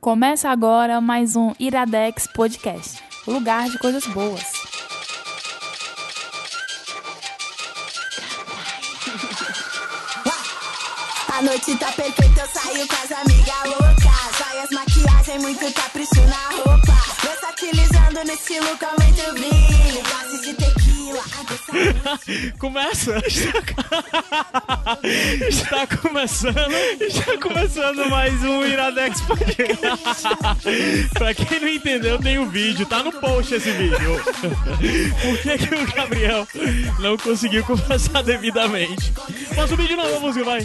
Começa agora mais um Iradex Podcast lugar de coisas boas. A noite tá perfeita, eu saio com as amigas loucas. Joias, maquiagem, muito capricho na roupa. Versatilizando no estilo com muito brilho. Doses de tequila, adoçamento. Começa! Está começando, está começando mais um Iradex Podcast. pra quem não entendeu, tem um vídeo, tá no post esse vídeo. Por que, que o Gabriel não conseguiu conversar devidamente? Mas o vídeo não, a música vai.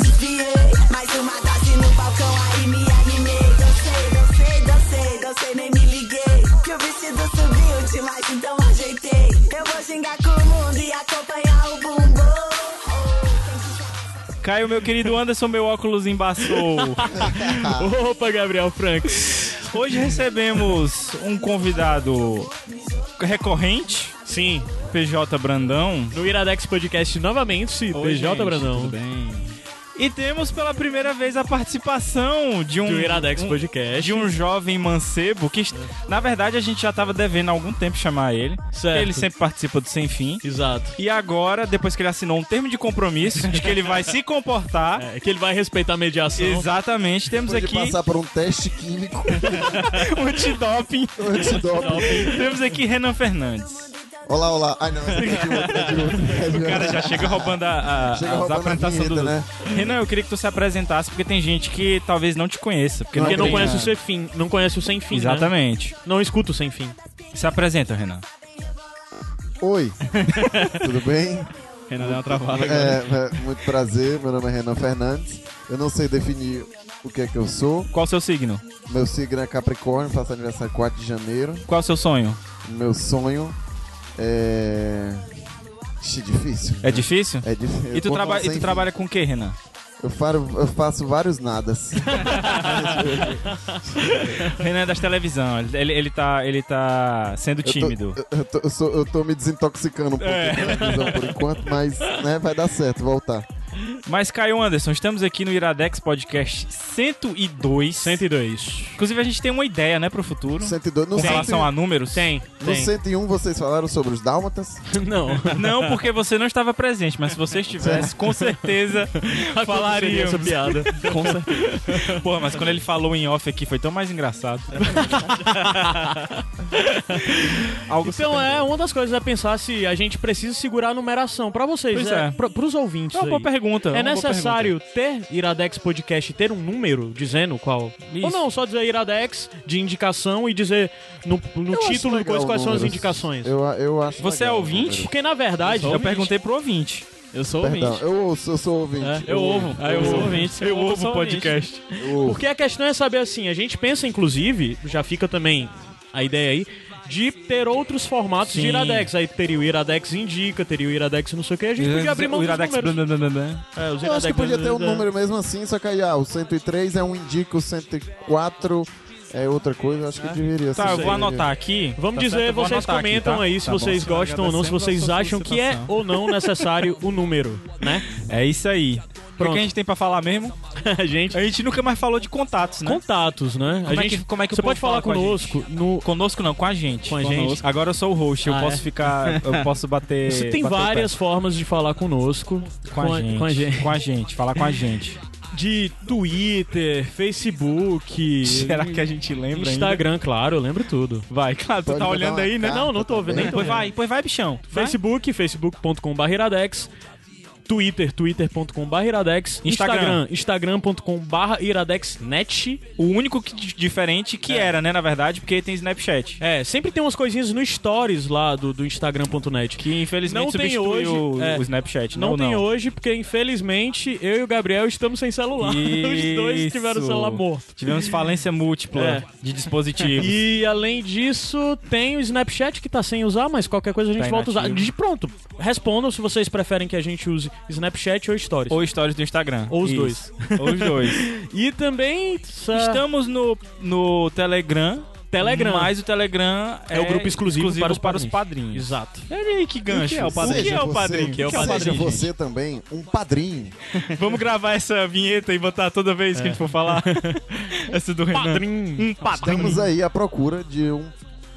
Desviei, mais uma dose no balcão, aí me animei. Dancei, dancei, dancei, dancei, nem me liguei. Que o vestido subiu demais, então ajeitei. Eu vou xingar com o mundo e acompanhar o bumbum. Caiu meu querido Anderson, meu óculos embaçou. Opa, Gabriel Franks. Hoje recebemos um convidado recorrente, Sim, PJ Brandão. no Iradex Podcast novamente, Oi, PJ gente, Brandão. Tudo bem? E temos pela primeira vez a participação de um, Do Iradex um- Podcast. de um jovem mancebo que, na verdade, a gente já estava devendo há algum tempo chamar ele. Certo. Ele sempre participa do Sem Fim. Exato. E agora, depois que ele assinou um termo de compromisso de que ele vai se comportar, É, que ele vai respeitar a mediação. exatamente, temos Depois aqui de passar por um teste químico um antidoping. antidoping. temos aqui Renan Fernandes. Olá, olá. Ai, não, esse aqui é de outro, é de outro. O cara já chega roubando a, a, Chega as roubando a apresentações vinheta, do né? Renan, eu queria que tu se apresentasse, porque tem gente que talvez não te conheça. Porque Porque não tem- conhece o sem fim, não conhece o sem fim, né? Exatamente. Não escuta o sem fim. Se apresenta, Renan. Oi, tudo bem? Renan deu uma travada É, é, muito prazer, meu nome é Renan Fernandes. Eu não sei definir o que é que eu sou. Qual o seu signo? Meu signo é Capricórnio, faço aniversário 4 de janeiro. Qual o seu sonho? Meu sonho é... Ixi, difícil. É difícil? É difícil. E tu, traba e tu trabalha com o que, Renan? Eu, faro, eu faço vários nadas. Renan é das televisão. Ele, ele, ele tá, ele tá sendo tímido. Eu tô, eu, tô, eu sou- eu tô me desintoxicando um pouco É. da televisão por enquanto, mas né, vai dar certo, voltar. Mas, Caio Anderson, estamos aqui no Iradex Podcast 102. 102. Inclusive, a gente tem uma ideia, né, pro futuro. 102, no, Com Tem. relação 101, a números? Tem, no tem. 101 vocês falaram sobre os dálmatas? Não. Não, porque você não estava presente, mas se você estivesse, com certeza Falaria falaria. essa piada. Com certeza. Porra, mas quando ele falou em off aqui foi tão mais engraçado. Algo Então super- é, uma das coisas é pensar se a gente precisa segurar a numeração pra vocês, Pois é, é. pro- pros ouvintes É uma boa aí. pergunta. É uma boa necessário ter Iradex Podcast, ter um número dizendo qual? Isso. Ou não, só dizer Iradex de indicação e dizer no, no Eu acho título legal depois quais o são as número. indicações. Eu, eu acho Você legal é o ouvinte? número. Porque na verdade, pergunta. Eu perguntei pro ouvinte. Eu sou Perdão, ouvinte. eu, ouço, eu sou ouvinte. É, Né? Eu ouvo. Ah, eu ouvo. sou ouvinte. Eu Eu ouvo sou o ouvinte. podcast. eu ouço. Porque a questão é saber assim, a gente pensa, inclusive, já fica também a ideia aí, de ter outros formatos de Sim. Iradex. Aí teria o Iradex Indica, teria o Iradex não sei o que, a gente podia abrir mão o dos Iradex. números. blá, blá, blá, blá. É, os Eu acho que Iradex- podia ter um número mesmo assim, só que aí, ah, o 103 é um indica, o 104 é outra coisa, eu acho que deveria Tá, ser. eu vou anotar aqui. Vamos Tá dizer, certo? Eu vou vocês anotar aqui, comentam tá? aí se Tá bom. vocês gostam ou não, se vocês acham que é solicitação. ou não necessário o número, né? É isso aí. O que Pronto. que a gente tem pra falar mesmo? A gente. A gente nunca mais falou de contatos, né? Contatos, né? Como é que- como é que o Você povo pode falar fala com a conosco no. Conosco não, com a gente. Com a gente. Conosco. Agora eu sou o host, eu Ah, posso é? ficar. Eu posso bater. Você tem bater o pé. várias formas de falar conosco. Com a, gente, Com a gente. Com a gente, falar com a gente. De Twitter, Facebook. Será que a gente lembra ainda? Instagram, claro, eu lembro tudo. Vai, claro, tu Pode tá mandar olhando uma aí, né? carta Não, não tô vendo, também. nem tô Pois vai, pois vai, bichão. Vai. Facebook, facebook.com.br iradex. Twitter, twitter.com.br iradex. Instagram. Instagram, instagram.com.br iradexnet. O único que di- diferente que era, né, na verdade, porque tem Snapchat. É, sempre tem umas coisinhas no stories lá do, do instagram.net. Que infelizmente Não tem substituiu hoje, o, é. o Snapchat. né, Não, Não, tem não. hoje, porque infelizmente eu e o Gabriel estamos sem celular. Os dois Isso. tiveram o celular morto. Tivemos falência múltipla É. de dispositivos. E além disso, tem o Snapchat que tá sem usar, mas qualquer coisa a gente Tá volta a usar. inativo. De pronto, respondam se vocês preferem que a gente use Snapchat ou Stories. Ou stories do Instagram. Ou os Isso. dois. Ou os dois. E também. sa- Estamos no, no Ah. Telegram. Telegram. Mas o Telegram é, É o grupo exclusivo para os padrinhos. Exato. Olha aí que gancho. que é o padrinho? O que é o padrinho? Você, O que é o Seja padrinho, você também um padrinho. gente? Vamos gravar essa vinheta e botar toda vez que a gente for falar. essa do Renan. Padrinho. Hum, Um padrinho. Estamos aí à procura de um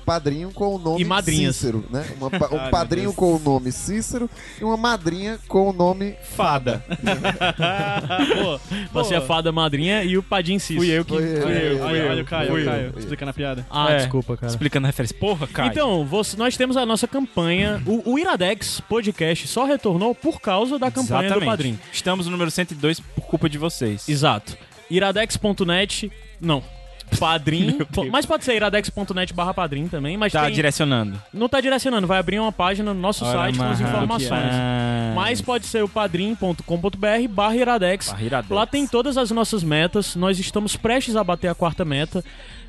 padrinho com o nome E madrinhas. Cícero, né? Uma pa- Ai, um meu padrinho Deus. com o nome Cícero e uma madrinha com o nome Fada. Boa. Você é a fada madrinha e o Padim Cis. Fui eu que. Foi ele. fui eu, Foi fui eu, Olha, olha o Caio, fui eu. o Caio. Explicando a piada. Ah, É. desculpa, cara. Explicando a referência. Porra, cara. Então, você- nós temos a nossa campanha. O, o Iradex Podcast só retornou por causa da campanha do Padrim. Estamos no número 102 por culpa de vocês. Exato. Iradex.net. Não. Padrim. mas pode ser iradex.net barra padrim também, mas Tá tem- direcionando. não tá direcionando, vai abrir uma página no nosso site com as informações. é. Ah. Mas pode ser o padrim.com.br barra iradex. Barra Iradex. Lá tem todas as nossas metas. Nós estamos prestes a bater a quarta meta.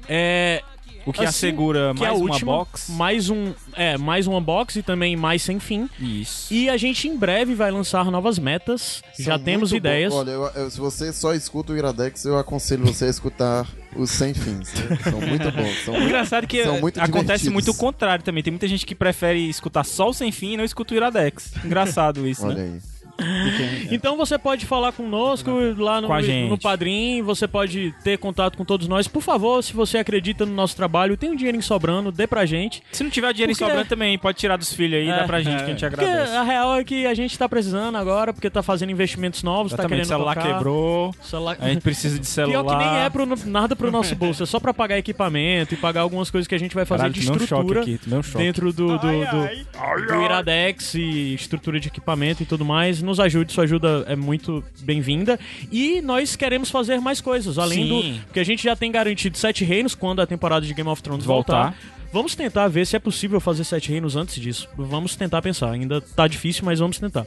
É, O que assim, assegura que é a mais uma última, box. Mais um, é, mais um unbox e também mais sem fim. Isso. E a gente em breve vai lançar novas metas. Já São temos é muito ideias. bo- Olha, eu- eu- se você só escuta o Iradex, eu aconselho você a escutar os Sem Fins. São muito bons. São muito... Engraçado é que São muito acontece divertidos. muito o contrário também. Tem muita gente que prefere escutar só o Sem Fim e não escuta o Iradex. Engraçado isso, Olha né? aí. Então você pode falar conosco lá no, É. Com a gente. no Padrim, você pode ter contato com todos nós. Por favor, se você acredita no nosso trabalho, tem um dinheirinho sobrando, dê pra gente. Se não tiver dinheiro em Porque- sobrando também, pode tirar dos filhos aí e É, dá pra gente, é. que a gente Porque agradece. a real é que a gente tá precisando agora, porque tá fazendo investimentos novos, tá Exatamente, querendo o celular tocar. quebrou, Celular... a gente precisa de celular. Pior que nem é pro, nada pro nosso bolso, é só pra pagar equipamento e pagar algumas coisas que a gente vai fazer Caralho, de tomei um choque estrutura aqui, tomei um choque. dentro do, do, do- do Iradex e estrutura de equipamento e tudo mais. Nos ajude, sua ajuda é muito bem-vinda. E nós queremos fazer mais coisas, além Sim. do. Porque a gente já tem garantido Sete Reinos quando a temporada de Game of Thrones voltar. Voltar. Vamos tentar ver se é possível fazer Sete Reinos antes disso. Vamos tentar pensar. Ainda tá difícil, mas vamos tentar.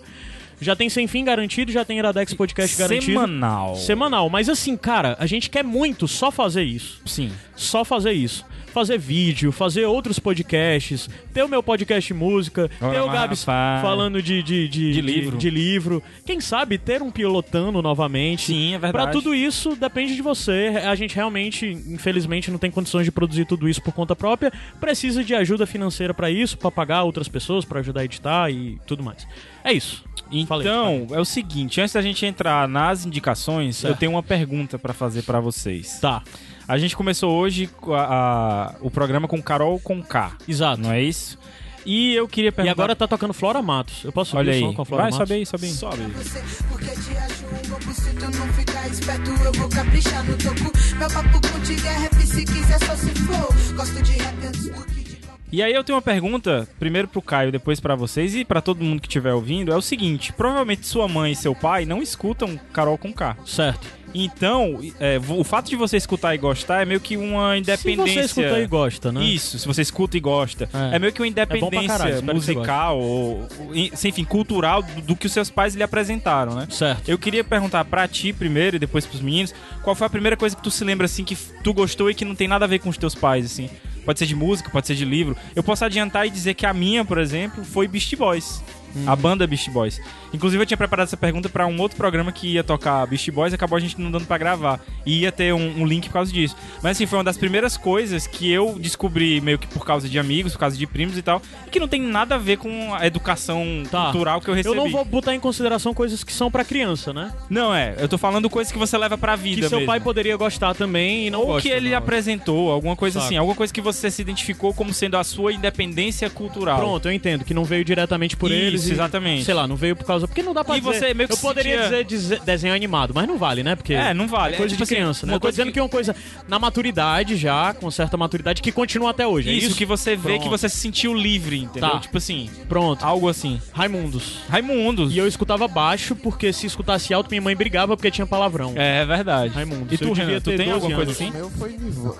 Já tem Sem Fim garantido, já tem Iradex Podcast é garantido. Semanal. Semanal, mas assim, cara, a gente quer muito só fazer isso. Sim. Só fazer isso. Fazer vídeo, fazer outros podcasts, ter o meu podcast de música, Olha, ter o mas Gabs rapaz. falando de, de, de, De livro. de livro. Quem sabe ter um pilotando novamente. Sim, é verdade. Pra tudo isso, depende de você. A gente realmente, infelizmente, não tem condições de produzir tudo isso por conta própria. Precisa de ajuda financeira pra isso, pra pagar outras pessoas, pra ajudar a editar e tudo mais. É isso. Falei. É. Então, é o seguinte, antes da gente entrar nas indicações, eu tenho uma pergunta pra fazer pra vocês. Tá, A gente começou hoje com a- a- o programa com Carol com K, exato. não é isso? E eu queria E perguntar... agora tá tocando Flora Matos. Eu posso subir Olha o aí. som com a Flora Vai, Matos? sobe aí, sobe aí. você, Porque te acho um bobo se tu não ficar esperto Eu vou caprichar no toco Meu papo contigo é rap se quiser só se for Gosto de rap antes do que de qualquer E aí eu tenho uma pergunta, primeiro pro Caio, depois pra vocês e pra todo mundo que estiver ouvindo, é o seguinte, provavelmente sua mãe e seu pai não escutam Carol com K. Certo. Então, é, o fato de você escutar e gostar é meio que uma independência... Se você escuta e gosta, né? Isso, se você escuta e gosta. É. É, meio que uma bom pra independência caralho, espero que você musical, ou, ou- e- enfim, cultural do, do que os seus pais lhe apresentaram, né? Certo. Eu queria perguntar pra ti primeiro e depois pros meninos, qual foi a primeira coisa que tu se lembra, assim, que f- tu gostou e que não tem nada a ver com os teus pais, assim? Pode ser de música, pode ser de livro. Eu posso adiantar e dizer que a minha, por exemplo, foi Beastie Boys. Hum. A banda Beastie Boys. Inclusive, eu tinha preparado essa pergunta pra um outro programa que ia tocar Beastie Boys, acabou a gente não dando pra gravar. E ia ter um, um link por causa disso. Mas, assim, foi uma das primeiras coisas que eu descobri, meio que por causa de amigos, por causa de primos e tal, que não tem nada a ver com a educação Tá. cultural que eu Eu recebi. não vou botar em consideração coisas que são pra criança, né? Não, é. Eu tô falando coisas que você leva pra vida que seu mesmo. pai poderia gostar também e não Ou gosta, que ele não. apresentou, alguma coisa Saco. assim. Alguma coisa que você se identificou como sendo a sua independência cultural. Pronto, eu entendo que não veio diretamente por Isso, eles. e- exatamente. Sei lá, não veio por causa. Porque não dá pra E dizer. você meio que eu se poderia sentia- dizer, dizer desenho animado, mas não vale, né? Porque É, não vale. É coisa É, tipo de assim, criança, né? uma Eu tô coisa dizendo que- que... é uma coisa na maturidade já, com certa maturidade, que continua até hoje. é Isso, que você vê Pronto. que você se sentiu livre, entendeu? Tá. Tipo assim, Pronto. algo assim. Raimundos. Raimundos. E eu escutava baixo, porque se escutasse alto, minha mãe brigava porque tinha palavrão. É, é verdade. Raimundos. E tu, Eu devia Renan, tu ter tem 12 alguma coisa anos. assim? O meu foi Nirvana.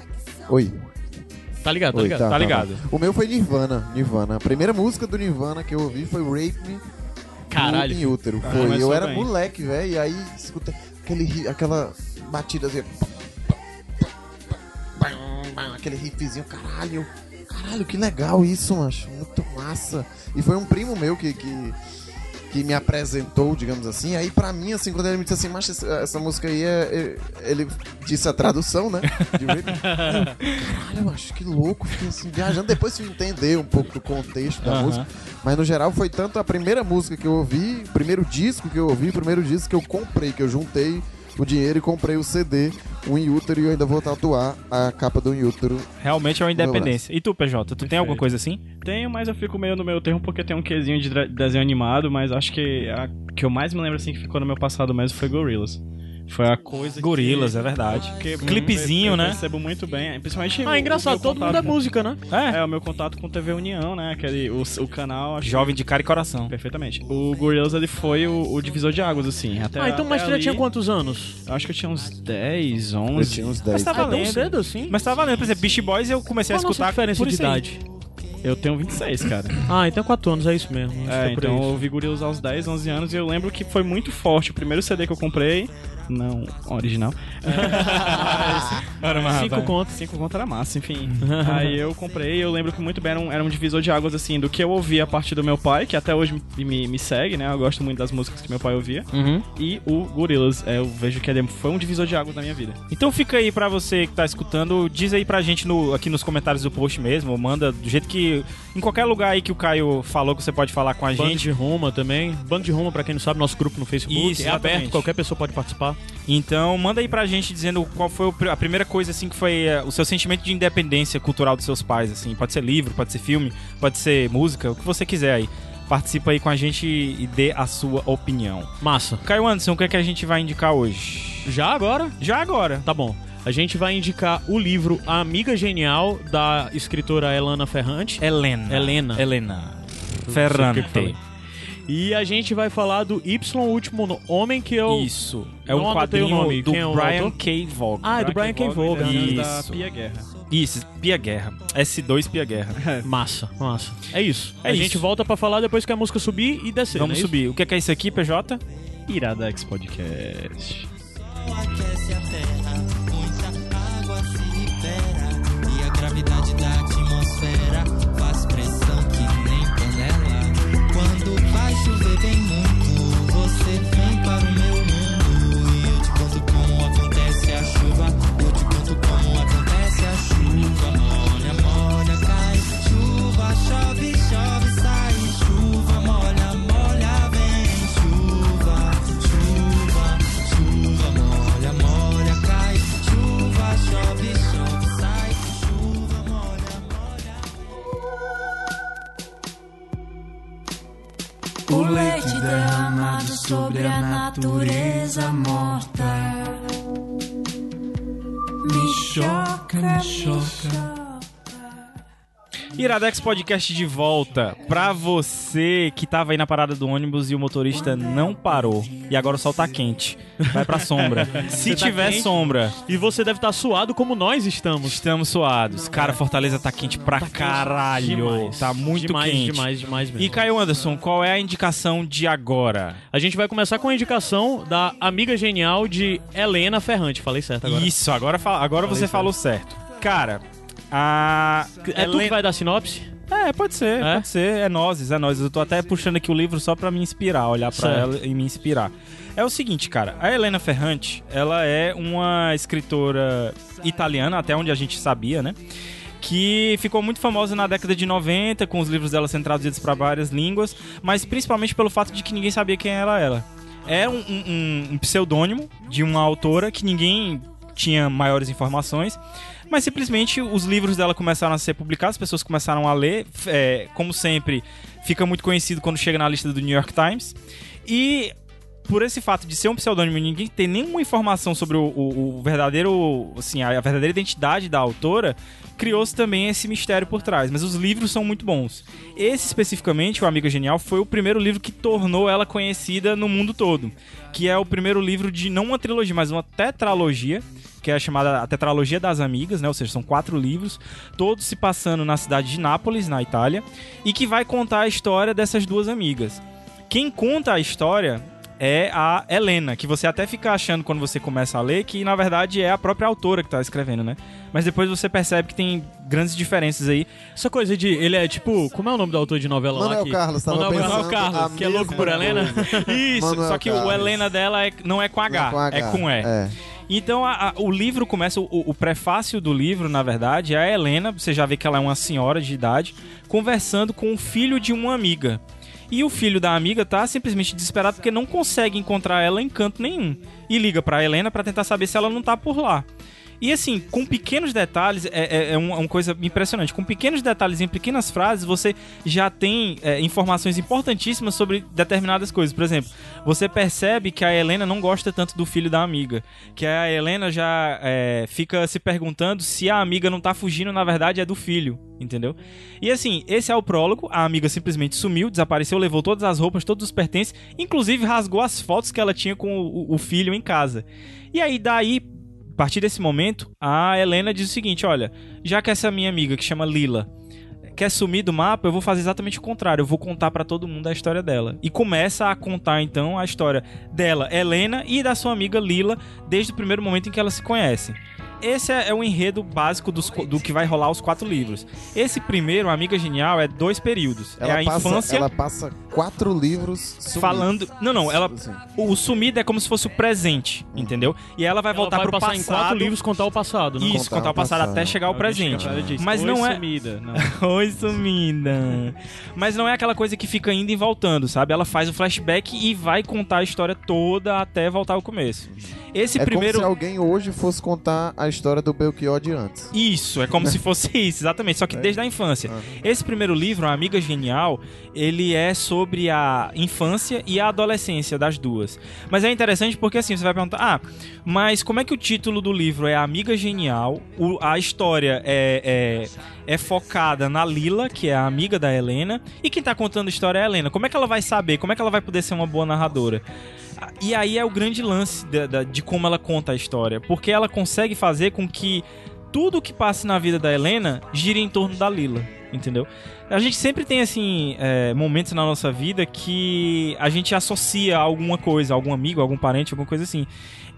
Oi. Tá ligado, tá Oi, ligado. tá ligado. O meu foi Nirvana. Nirvana. A primeira música do Nirvana que eu ouvi foi Rape Me Caralho. em Útero. Ah, Foi. mas Eu tudo era bem. moleque, velho. E aí escutei aquele, ri- aquela batida assim. Aquele riffzinho, caralho. Caralho, que legal isso, macho. Muito massa. E foi um primo meu que, que, que me apresentou, digamos assim. Aí, pra mim, assim, quando ele me disse assim, mas essa, essa música aí é. é- Ele disse a tradução, né? De um jeito. Eu, Caralho, macho, que louco. Fiquei assim, viajando. Depois fui entender um pouco do contexto da Aham. música. Mas no geral foi tanto a primeira música que eu ouvi, primeiro disco que eu ouvi, primeiro disco que eu comprei, que eu juntei o dinheiro e comprei o CD, o In Útero, e eu ainda vou tatuar a capa do In Útero. Realmente é uma independência. E tu, PJ, tu tem alguma coisa assim? Tenho, mas eu fico meio no meu termo porque tem um quesinho de dra- desenho animado, mas acho que a que eu mais me lembro assim que ficou no meu passado mesmo foi Gorillaz. Foi a coisa Gorilas, que... é verdade. Que Clipezinho, eu né? Percebo muito bem, é, principalmente. o- Ah, engraçado, o meu todo mundo é contato- música, né? É. É, o meu contato com TV União, né? Aquele, o, o canal, acho Jovem de cara e coração. Perfeitamente. O Gorillaz, ele foi o, o divisor de águas, assim. Tá Até, Ah, então até mas tu já ali, tinha quantos anos? Acho que eu tinha uns 10, Eu 11. tinha uns 10. tá Ah, tão valendo. cedo assim? Mas tá valendo, por exemplo, Beast Boys eu comecei Qual a a nossa escutar diferença por de isso aí. idade? Eu tenho 26, cara. Ah, então 4 anos, é isso mesmo. Acho que É, é por então isso. eu vi Gorillaz aos 10, 11 anos e eu lembro que foi muito forte. O primeiro CD que eu comprei, não original, Era uma- Cinco contos. 5 conto era massa, enfim. Aí eu comprei eu lembro que muito bem era um, era um divisor de águas, assim, do que eu ouvia a partir do meu pai, que até hoje me, me, me segue, né? Eu gosto muito das músicas que meu pai ouvia. Uhum. E o Gorillaz, é, eu vejo que ele foi um divisor de águas na minha vida. Então fica aí pra você que tá escutando, diz aí pra gente no- aqui nos comentários do post mesmo, ou manda do jeito que. Em qualquer lugar aí que o Caio falou que você pode falar com a Bando gente. de Roma também. Bando de Roma, pra quem não sabe, nosso grupo no Facebook. Isso, é exatamente. aberto, qualquer pessoa pode participar. Então manda aí pra gente dizendo qual foi o pr- a primeira coisa assim que foi eh, o seu sentimento de independência cultural dos seus pais, assim. Pode ser livro, pode ser filme, pode ser música, o que você quiser aí. Participa aí com a gente e dê a sua opinião. Massa. Caio Anderson, o que é que a gente vai indicar hoje? Já agora? Já agora. Tá bom. A gente vai indicar o livro A Amiga Genial, da escritora Elana Ferrante. Helena. Helena. Helena. Não sei o que que Ferrante. eu falei. E a gente vai falar do Y Último No- Homem, que eu. Isso. É Não um anotei o quadrinho nome. do Quem é o Brian autor? K. Vaughan. Ah, é do Brian K. Vaughan. Anos né? da Isso. Pia Guerra. Isso, Pia Guerra. S2 Pia Guerra. Massa, massa. É isso. É a isso. gente volta pra falar depois que a música subir e descer. Vamos não é isso? subir. O que é, que é isso aqui, PJ? Iradex Podcast. Não aquece a terra, muita água se libera. E a gravidade da atmosfera faz pressão que nem panela. Quando vai chover bem muito, você vem para o meu mundo. E eu te conto como acontece a chuva. Eu te conto como acontece a chuva. Molha, molha, cai. Chuva, chove, chove, sai. Chuva, molha, molha, vem. Chuva, chuva, chuva, molha, molha, cai. Chuva, chove, chove, sai. Chuva, molha, molha. O leite derramado sobre a natureza morta me choca, me choca. Iradex Podcast de volta. Pra você que tava aí na parada do ônibus e o motorista não parou. E agora o sol tá quente. Vai pra sombra. Se tá tiver quente? sombra, E você deve estar suado como nós estamos. estamos suados. Cara, Fortaleza tá quente pra caralho. Demais. Tá muito demais, quente. Demais, demais mesmo. E Caio Anderson, qual é a indicação de agora? A gente vai começar com a indicação da amiga genial de Helena Ferrante. Falei certo Tá, agora. Isso, agora, fa- agora você falou certo. Cara, a. É tu que vai dar sinopse? É, pode ser, É? pode ser. É nozes, é nozes. Eu tô até puxando aqui o livro só pra me inspirar, olhar pra Certo. ela e me inspirar. É o seguinte, cara, a Helena Ferrante, ela é uma escritora italiana, até onde a gente sabia, né? Que ficou muito famosa na década de 90, com os livros dela sendo traduzidos pra várias línguas, mas principalmente pelo fato de que ninguém sabia quem era ela. É um, um- um pseudônimo de uma autora que ninguém tinha maiores informações, mas simplesmente os livros dela começaram a ser publicados, as pessoas começaram a ler. f- é, como sempre, fica muito conhecido quando chega na lista do New York Times. E por esse fato de ser um pseudônimo e ninguém ter nenhuma informação sobre o, o- o verdadeiro, assim, a verdadeira identidade da autora, criou-se também esse mistério por trás. Mas os livros são muito bons. Esse especificamente, o Amiga Genial, foi o primeiro livro que tornou ela conhecida no mundo todo, que é o primeiro livro de não uma trilogia, mas uma tetralogia, que é chamada a Tetralogia das Amigas, né? Ou seja, são quatro livros, todos se passando na cidade de Nápoles, na Itália, e que vai contar a história dessas duas amigas. Quem conta a história é a Helena, que você até fica achando quando você começa a ler que na verdade é a própria autora que tá escrevendo, né? Mas depois você percebe que tem grandes diferenças aí. Essa coisa de. Ele é tipo. Como é o nome do autor de novela lá? Manuel que- Carlos, tava Manuel pensando Manuel Carlos, a que é louco mesma por Helena. Isso, Manuel Só que o Carlos. Helena dela é- não é com H, Não H, é com E. É. Então a- a- o livro começa, o, o prefácio do livro, na verdade, é a Helena, você já vê que ela é uma senhora de idade, conversando com o filho de uma amiga. E o filho da amiga tá simplesmente desesperado porque não consegue encontrar ela em canto nenhum. E liga pra Helena pra tentar saber se ela não tá por lá. E assim, com pequenos detalhes, é, é- é um- é uma coisa impressionante. Com pequenos detalhes em pequenas frases, você já tem é, informações importantíssimas sobre determinadas coisas. Por exemplo, você percebe que a Helena não gosta tanto do filho da amiga. Que a Helena já é, fica se perguntando se a amiga não tá fugindo, na verdade, é do filho. Entendeu? E assim, esse é o prólogo. A amiga simplesmente sumiu, desapareceu, levou todas as roupas, todos os pertences, inclusive rasgou as fotos que ela tinha com o- o- o filho em casa. E aí, daí, a partir desse momento, a Helena diz o seguinte: olha, já que essa minha amiga que chama Lila quer sumir do mapa, eu vou fazer exatamente o contrário, eu vou contar pra todo mundo a história dela. E começa a contar então a história dela, Helena e da sua amiga Lila, desde o primeiro momento em que elas se conhecem. Esse é é o enredo básico dos co- do que vai rolar os quatro livros. Esse primeiro, Amiga Genial, é dois períodos. é Ela, a passa, infância ela passa quatro livros sumidos. falando. Não, não, ela. Assim. O sumido é como se fosse o presente, Hum. entendeu? E ela vai voltar Ela vai pro passar passado. em quatro livros contar o passado, né? Isso, Contar contar, o o passado, passado. até chegar ao presente. Mas não é. Sumida. Não. Oi, sumida. Mas não é aquela coisa que fica indo e voltando, sabe? Ela faz o flashback e vai contar a história toda até voltar ao começo. Esse é primeiro. como se alguém hoje fosse contar a história do Belchior de antes. Isso, é como se fosse isso, exatamente, só que desde a infância. Esse primeiro livro, A Amiga Genial, ele é sobre a infância e a adolescência das duas. Mas é interessante porque assim, você vai perguntar: "Ah, mas como é que o título do livro é Amiga Genial? O- a história é, é, é focada na Lila, que é a amiga da Helena, e quem tá contando a história é a Helena. Como é que ela vai saber? Como é que ela vai poder ser uma boa narradora? E aí é o grande lance da- da- de como ela conta a história, porque ela consegue fazer com que tudo que passe na vida da Helena gira em torno da Lila, entendeu? A gente sempre tem, assim, é, momentos na nossa vida que a gente associa a alguma coisa, a algum amigo, a algum parente, alguma coisa assim.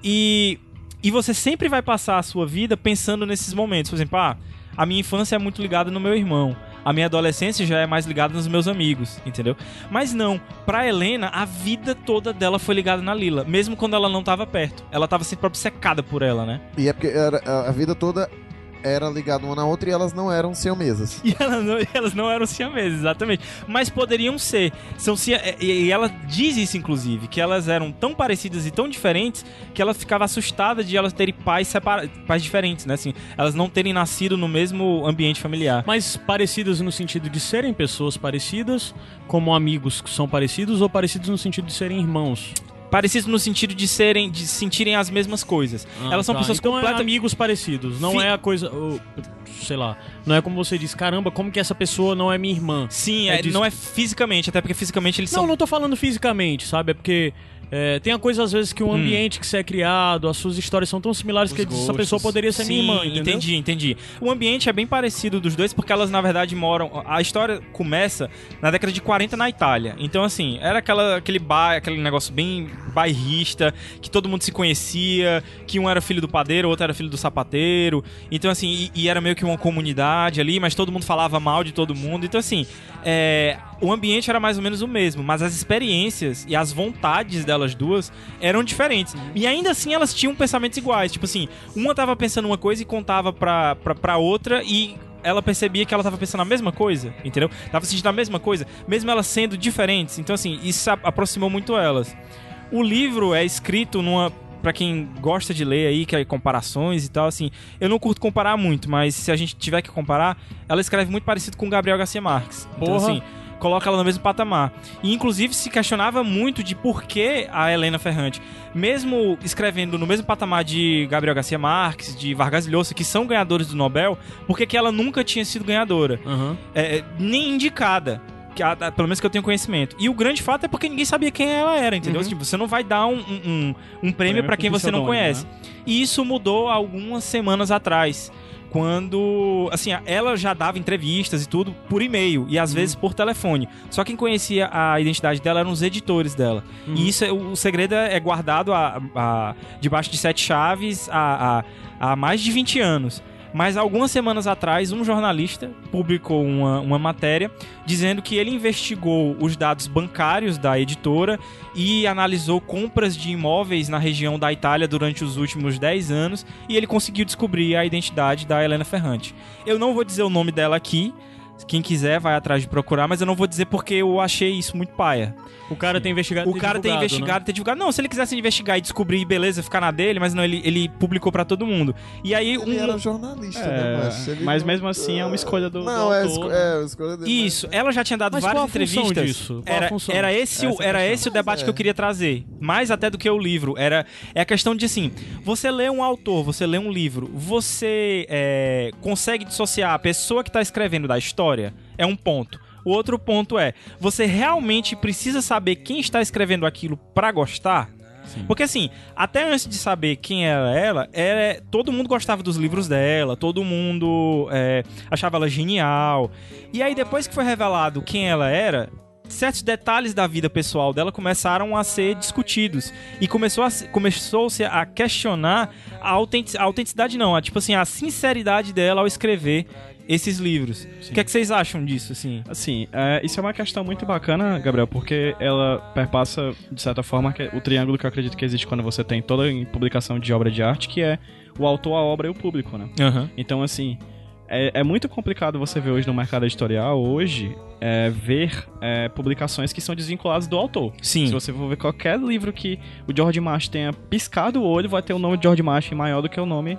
E, e você sempre vai passar a sua vida pensando nesses momentos. Por exemplo, ah, a minha infância é muito ligada no meu irmão. A minha adolescência já é mais ligada nos meus amigos, entendeu? Mas não, pra Helena, a vida toda dela foi ligada na Lila, mesmo quando ela não tava perto. Ela tava sempre obcecada por ela, né? E é porque era- a a vida toda era ligada uma na outra e elas não eram siamesas. E elas não, e elas não eram siameses, exatamente. Mas poderiam ser. São sia- é, e, e ela diz isso, inclusive, que elas eram tão parecidas e tão diferentes que ela ficava assustada de elas terem pais, separa, pais diferentes, né? Assim, elas não terem nascido no mesmo ambiente familiar. Mas parecidas no sentido de serem pessoas parecidas, como amigos que são parecidos, ou parecidos no sentido de serem irmãos. Parecidos no sentido de serem, de sentirem as mesmas coisas. elas são tá. pessoas então completamente. É amigos parecidos, não Fi- é a coisa. o- sei lá. Não é como você diz, caramba, como que essa pessoa não é minha irmã? Sim, É é- disso. não é fisicamente, até porque fisicamente eles Não, são. não tô falando fisicamente, sabe? É porque. é, tem a coisa, às vezes, que Hum. o ambiente que você é criado, as suas histórias são tão similares que essa pessoa poderia ser minha Sim, irmã, entendeu? entendi, entendi. O ambiente é bem parecido dos dois, porque elas, na verdade, moram. A história começa na década de 40 na Itália. Então, assim, era aquela, aquele bar, aquele negócio bem bairrista, que todo mundo se conhecia, que um era filho do padeiro, o outro era filho do sapateiro. Então, assim, e, e era meio que uma comunidade ali, mas todo mundo falava mal de todo mundo. Então, assim, é, o ambiente era mais ou menos o mesmo, mas as experiências e as vontades delas duas eram diferentes. E ainda assim elas tinham pensamentos iguais. Tipo assim, uma tava pensando uma coisa e contava pra, pra, pra outra e. Ela percebia que ela tava pensando a mesma coisa, entendeu? Tava sentindo a mesma coisa, mesmo elas sendo diferentes. Então, assim, isso a- aproximou muito elas. O livro é escrito numa. Pra quem gosta de ler aí, que é comparações e tal, assim, eu não curto comparar muito, mas se a gente tiver que comparar, ela escreve muito parecido com Gabriel Garcia Marques. Então, Porra. assim, coloca ela no mesmo patamar. E, inclusive, se questionava muito de por que a Helena Ferrante, mesmo escrevendo no mesmo patamar de Gabriel Garcia Marques, de Vargas Llosa, que são ganhadores do Nobel, por que que ela nunca tinha sido ganhadora? Aham. É, nem é, indicada. que a- a- pelo menos que eu tenho conhecimento. E o grande fato é porque ninguém sabia quem ela era, entendeu? Tipo, você não vai dar um, um, um- um prêmio Prêmio pra quem pro você não pseudônimo, conhece. E isso mudou algumas semanas atrás. Quando, assim, a- ela já dava entrevistas e tudo por e-mail e às vezes por telefone. Só quem conhecia a identidade dela eram os editores dela. E isso, é- o, o segredo é é guardado a- a- debaixo de sete chaves há há- há mais de 20 anos. Mas algumas semanas atrás, um jornalista publicou uma, uma matéria dizendo que ele investigou os dados bancários da editora e analisou compras de imóveis na região da Itália durante os últimos 10 anos e ele conseguiu descobrir a identidade da Helena Ferrante. Eu não vou dizer o nome dela aqui. Quem quiser vai atrás de procurar, mas eu não vou dizer porque eu achei isso muito paia. O cara tem investigado. né? O cara tem investigado, né? tem divulgado. Não, se ele quisesse investigar e descobrir, beleza, ficar na dele, mas não, ele, ele publicou pra todo mundo. E aí Ele um, era jornalista, né, macho? É, Ele mas não- mesmo assim é uma escolha do. Não, do é, a autor, esco- né? é a escolha dele. Isso, ela já tinha dado Mas várias qual a função entrevistas. disso? Qual a Era, função? era esse, o, Essa era questão. esse o debate é. que eu queria trazer. Mais até do que o livro. Era é a questão de assim: você lê um autor, você lê um livro, você é, consegue dissociar a pessoa que está escrevendo da história? É um ponto. O outro ponto é: você realmente precisa saber quem está escrevendo aquilo pra gostar? Porque assim, até antes de saber quem era ela, era, todo mundo gostava dos livros dela, todo mundo é, achava ela genial. E aí, depois que foi revelado quem ela era, certos detalhes da vida pessoal dela começaram a ser discutidos. E começou a se- começou-se a questionar a, autentici- a autenticidade, não, a, tipo assim, a sinceridade dela ao escrever esses livros. O que é que vocês acham disso, assim? Assim, é, isso é uma questão muito bacana, Gabriel, porque ela perpassa, de certa forma, que- o triângulo que eu acredito que existe quando você tem toda em publicação de obra de arte, que é o autor, a obra e o público, né? Então, assim, é, é muito complicado você ver hoje no mercado editorial, hoje, é, ver é, publicações que são desvinculadas do autor. Se Sim. você for ver qualquer livro que o George Marsh tenha piscado o olho, vai ter o nome de George Marsh maior do que o nome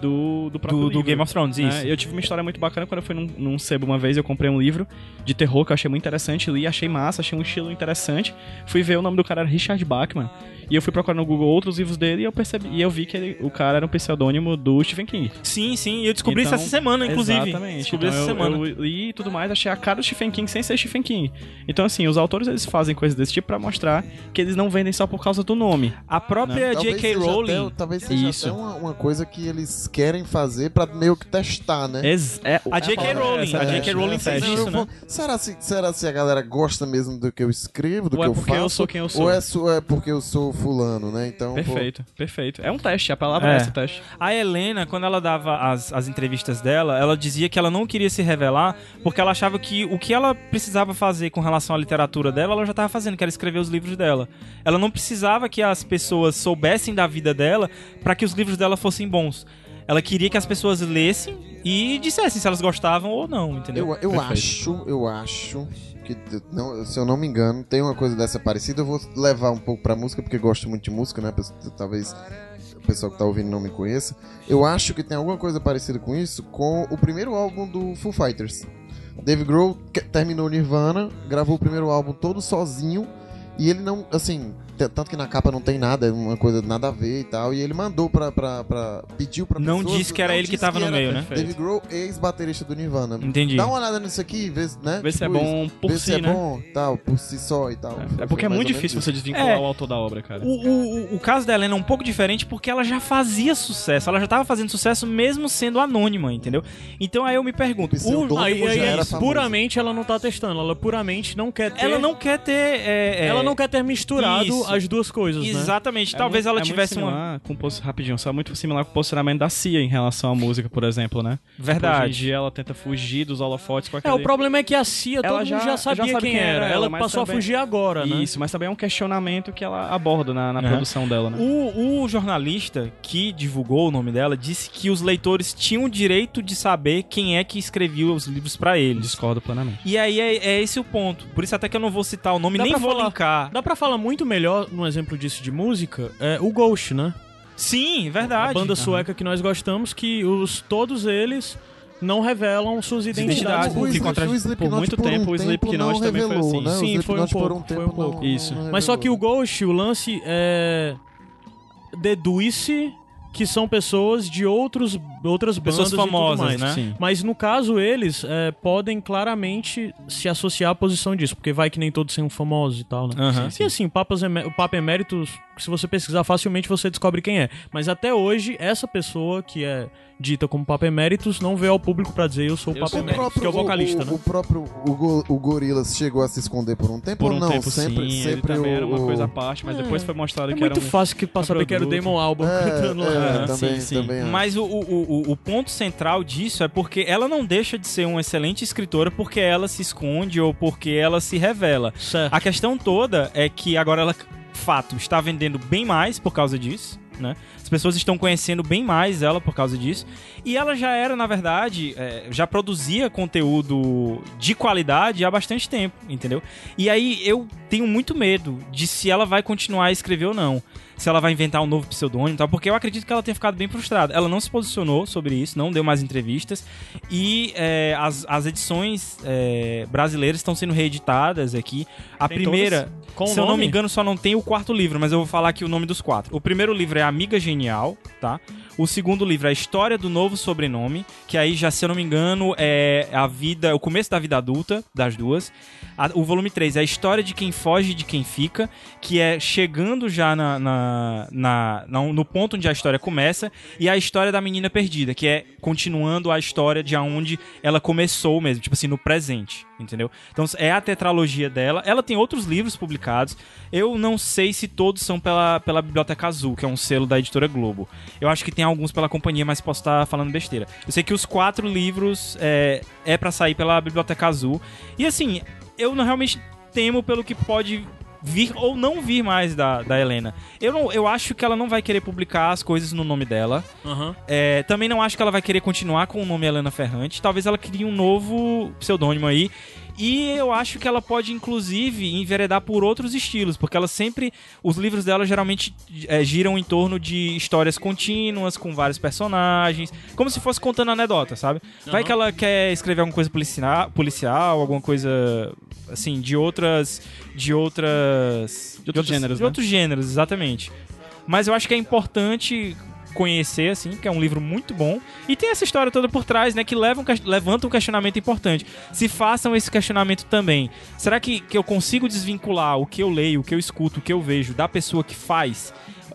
do, do próprio Do, livro. do Game of Thrones, né? isso. Eu tive uma história muito bacana quando eu fui num, num sebo uma vez, eu comprei um livro de terror que eu achei muito interessante, li, achei massa, achei um estilo interessante. Fui ver o nome do cara era Richard Bachman. E eu fui procurar no Google outros livros dele e eu percebi e eu vi que ele- o cara era um pseudônimo do Stephen King. Sim, sim. E eu descobri Então, isso essa semana, inclusive. Exatamente. Descobri Então, essa eu- semana. Eu li e tudo mais, achei a cara do Stephen King sem ser Stephen King. Então, assim, os autores eles fazem coisas desse tipo pra mostrar que eles não vendem só por causa do nome. A própria é Talvez J.K. seja Rowling. até- talvez seja Isso. até uma, uma coisa que eles querem fazer pra meio que testar, né? Ex- é- A J.K. palavra Rowling. essa, A né? J.K. Rowling fez Essa, Não, né? isso, eu né? vou- será, se, será se a galera gosta mesmo do que eu escrevo, do Ou que é eu porque faço? eu sou quem eu sou. Ou é, su- é porque eu sou fulano, né? Então, pô, Perfeito, perfeito. É um teste, a palavra É. é essa, teste. A Helena, quando ela dava as, as entrevistas dela, ela dizia que ela não queria se revelar porque ela achava que o que ela precisava fazer com relação à literatura dela, ela já estava fazendo, que era escrever os livros dela. Ela não precisava que as pessoas soubessem da vida dela para que os livros dela fossem bons. Ela queria que as pessoas lessem e dissessem se elas gostavam ou não, entendeu? Eu, eu acho, eu acho que, não, se eu não me engano, tem uma coisa dessa parecida. Eu vou levar um pouco pra música, porque eu gosto muito de música, né? Pes- Talvez o pessoal que tá ouvindo não me conheça. Eu acho que tem alguma coisa parecida com isso com o primeiro álbum do Foo Fighters. Dave Grohl que- terminou Nirvana, gravou o primeiro álbum todo sozinho e ele não, assim, t- tanto que na capa não tem nada, é uma coisa nada a ver e tal. E ele mandou pra. pra, pra pediu pra Não pessoas- disse que era não ele que disse tava no era meio, né? Dave Grohl, ex-baterista do Nirvana. Entendi. Dá uma olhada nisso aqui, vê, se- né? Ver se é Tipo isso. bom por vê si, se é né? bom, tal, por si só e tal. É porque é Mais ou muito menos difícil isso. você desvincular É. o autor da obra, cara. O, o- o- o caso da Helena é um pouco diferente porque ela já fazia sucesso. Ela já tava fazendo sucesso mesmo sendo anônima, entendeu? Então aí eu me pergunto, O pseudônimo o- Aí, já aí é era isso. famoso. puramente ela não tá testando, ela puramente não quer ter. ela não quer ter. é, é, ela não quer ter misturado Isso. as duas coisas, né? Exatamente. Talvez É ela muito- é tivesse muito uma. similar Com, o posi- rapidinho, só é muito similar com o posicionamento da CIA em relação à música, por exemplo, né? Hoje em Verdade. dia ela tenta fugir dos holofotes com É, aquele... o problema é que a Cia, todo Ela mundo já, já- sabia já sabe quem era. Ela, mas passou também- a fugir agora, né? Isso, mas também é um questionamento que ela aborda na, na Aham. produção dela, né? O, o jornalista que divulgou o nome dela disse que os leitores tinham o direito de saber quem é que escrevia os livros pra eles. Discordo plenamente. E aí é, é esse o ponto. Por isso até que eu não vou citar o nome, Dá nem pra vou falar- linkar. Dá pra falar muito melhor, num exemplo disso de música, é o Ghost, né? Sim, verdade. A banda sueca que nós gostamos, que os todos eles não revelam suas identidades. identidades. O Ficou Slip- atrás- o Slipknot por muito um tempo, o Slipknot não também foi revelou, assim. Né? O Sim, foi um Slipknot pouco, por foi um tempo não- pouco. não Isso. revelou, Mas só que o né? Ghost, o lance é deduz-se que são pessoas de outros outras Pessoas bandas e tudo famosas, mais. né? Sim. Mas no caso, eles é, podem claramente se associar à posição disso, porque vai que nem todos são famosos e tal, né? Aham. E assim, Papas Emé- o Papa Emérito, se você pesquisar facilmente, você descobre quem é. Mas até hoje, essa pessoa que é dita como Papa Eméritus não veio ao público pra dizer eu sou o Eu Papa sou o Emérito, que é o vocalista, o, né? o próprio o, Go- o Gorilas chegou a se esconder por um tempo Por ou um não? tempo, sempre sim, ele sempre também o, era uma o- coisa à parte, mas depois foi mostrado É que era muito um... fácil que pra saber que era o produto. Damon Albarn cantando lá. É, é, Aham, também, né? sim, sim. também é. Mas o, o, o, o ponto central disso é porque ela não deixa de ser uma excelente escritora porque ela se esconde ou porque ela se revela. Certo. A questão toda é que agora ela, fato, está vendendo bem mais por causa disso, né? As pessoas estão conhecendo bem mais ela por causa disso. E ela já era, na verdade, é, já produzia conteúdo de qualidade há bastante tempo, entendeu? E aí eu tenho muito medo de se ela vai continuar a escrever ou não. Se ela vai inventar um novo pseudônimo e tal, porque eu acredito que ela tenha ficado bem frustrada. Ela não se posicionou sobre isso, não deu mais entrevistas. E é, as, as edições é, brasileiras estão sendo reeditadas aqui. A Tem primeira, Com se o eu não nome? me engano, só não tem o quarto livro, mas eu vou falar aqui o nome dos quatro. O primeiro livro é Amiga Genial, tá? O segundo livro é A História do Novo Sobrenome, que aí já, se eu não me engano, é a vida, o começo da vida adulta das duas. A- o volume 3 é A História de Quem Foge e de Quem Fica, que é chegando já na, na- na- na- no ponto onde a história começa, e a história da menina perdida, que é continuando a história de aonde ela começou mesmo, tipo assim, no presente, entendeu? Então é a tetralogia dela. Ela tem outros livros publicados. Eu não sei se todos são pela, pela Biblioteca Azul, que é um selo da editora Globo. Eu acho que tem alguns pela companhia, mas posso estar falando besteira. Eu sei que os quatro livros é, é para sair pela Biblioteca Azul. E assim, eu não realmente temo pelo que pode vir ou não vir mais da, da Helena. Eu, não, eu acho que ela não vai querer publicar as coisas no nome dela. Aham. É, também não acho que ela vai querer continuar com o nome Helena Ferrante. Talvez ela crie um novo pseudônimo aí. E eu acho que ela pode, inclusive, enveredar por outros estilos, porque ela sempre. Os livros dela geralmente é, giram em torno de histórias contínuas, com vários personagens, como se fosse contando anedota, sabe? Vai que ela quer escrever alguma coisa policial, policial alguma coisa assim, de outras. De outras. De outros gêneros, De né? outros gêneros, exatamente. Mas eu acho que é importante conhecer, assim, que é um livro muito bom. E tem essa história toda por trás, né, que leva um, ques- levanta um questionamento importante. Se façam esse questionamento também. Será que, que eu consigo desvincular o que eu leio, o que eu escuto, o que eu vejo da pessoa que faz?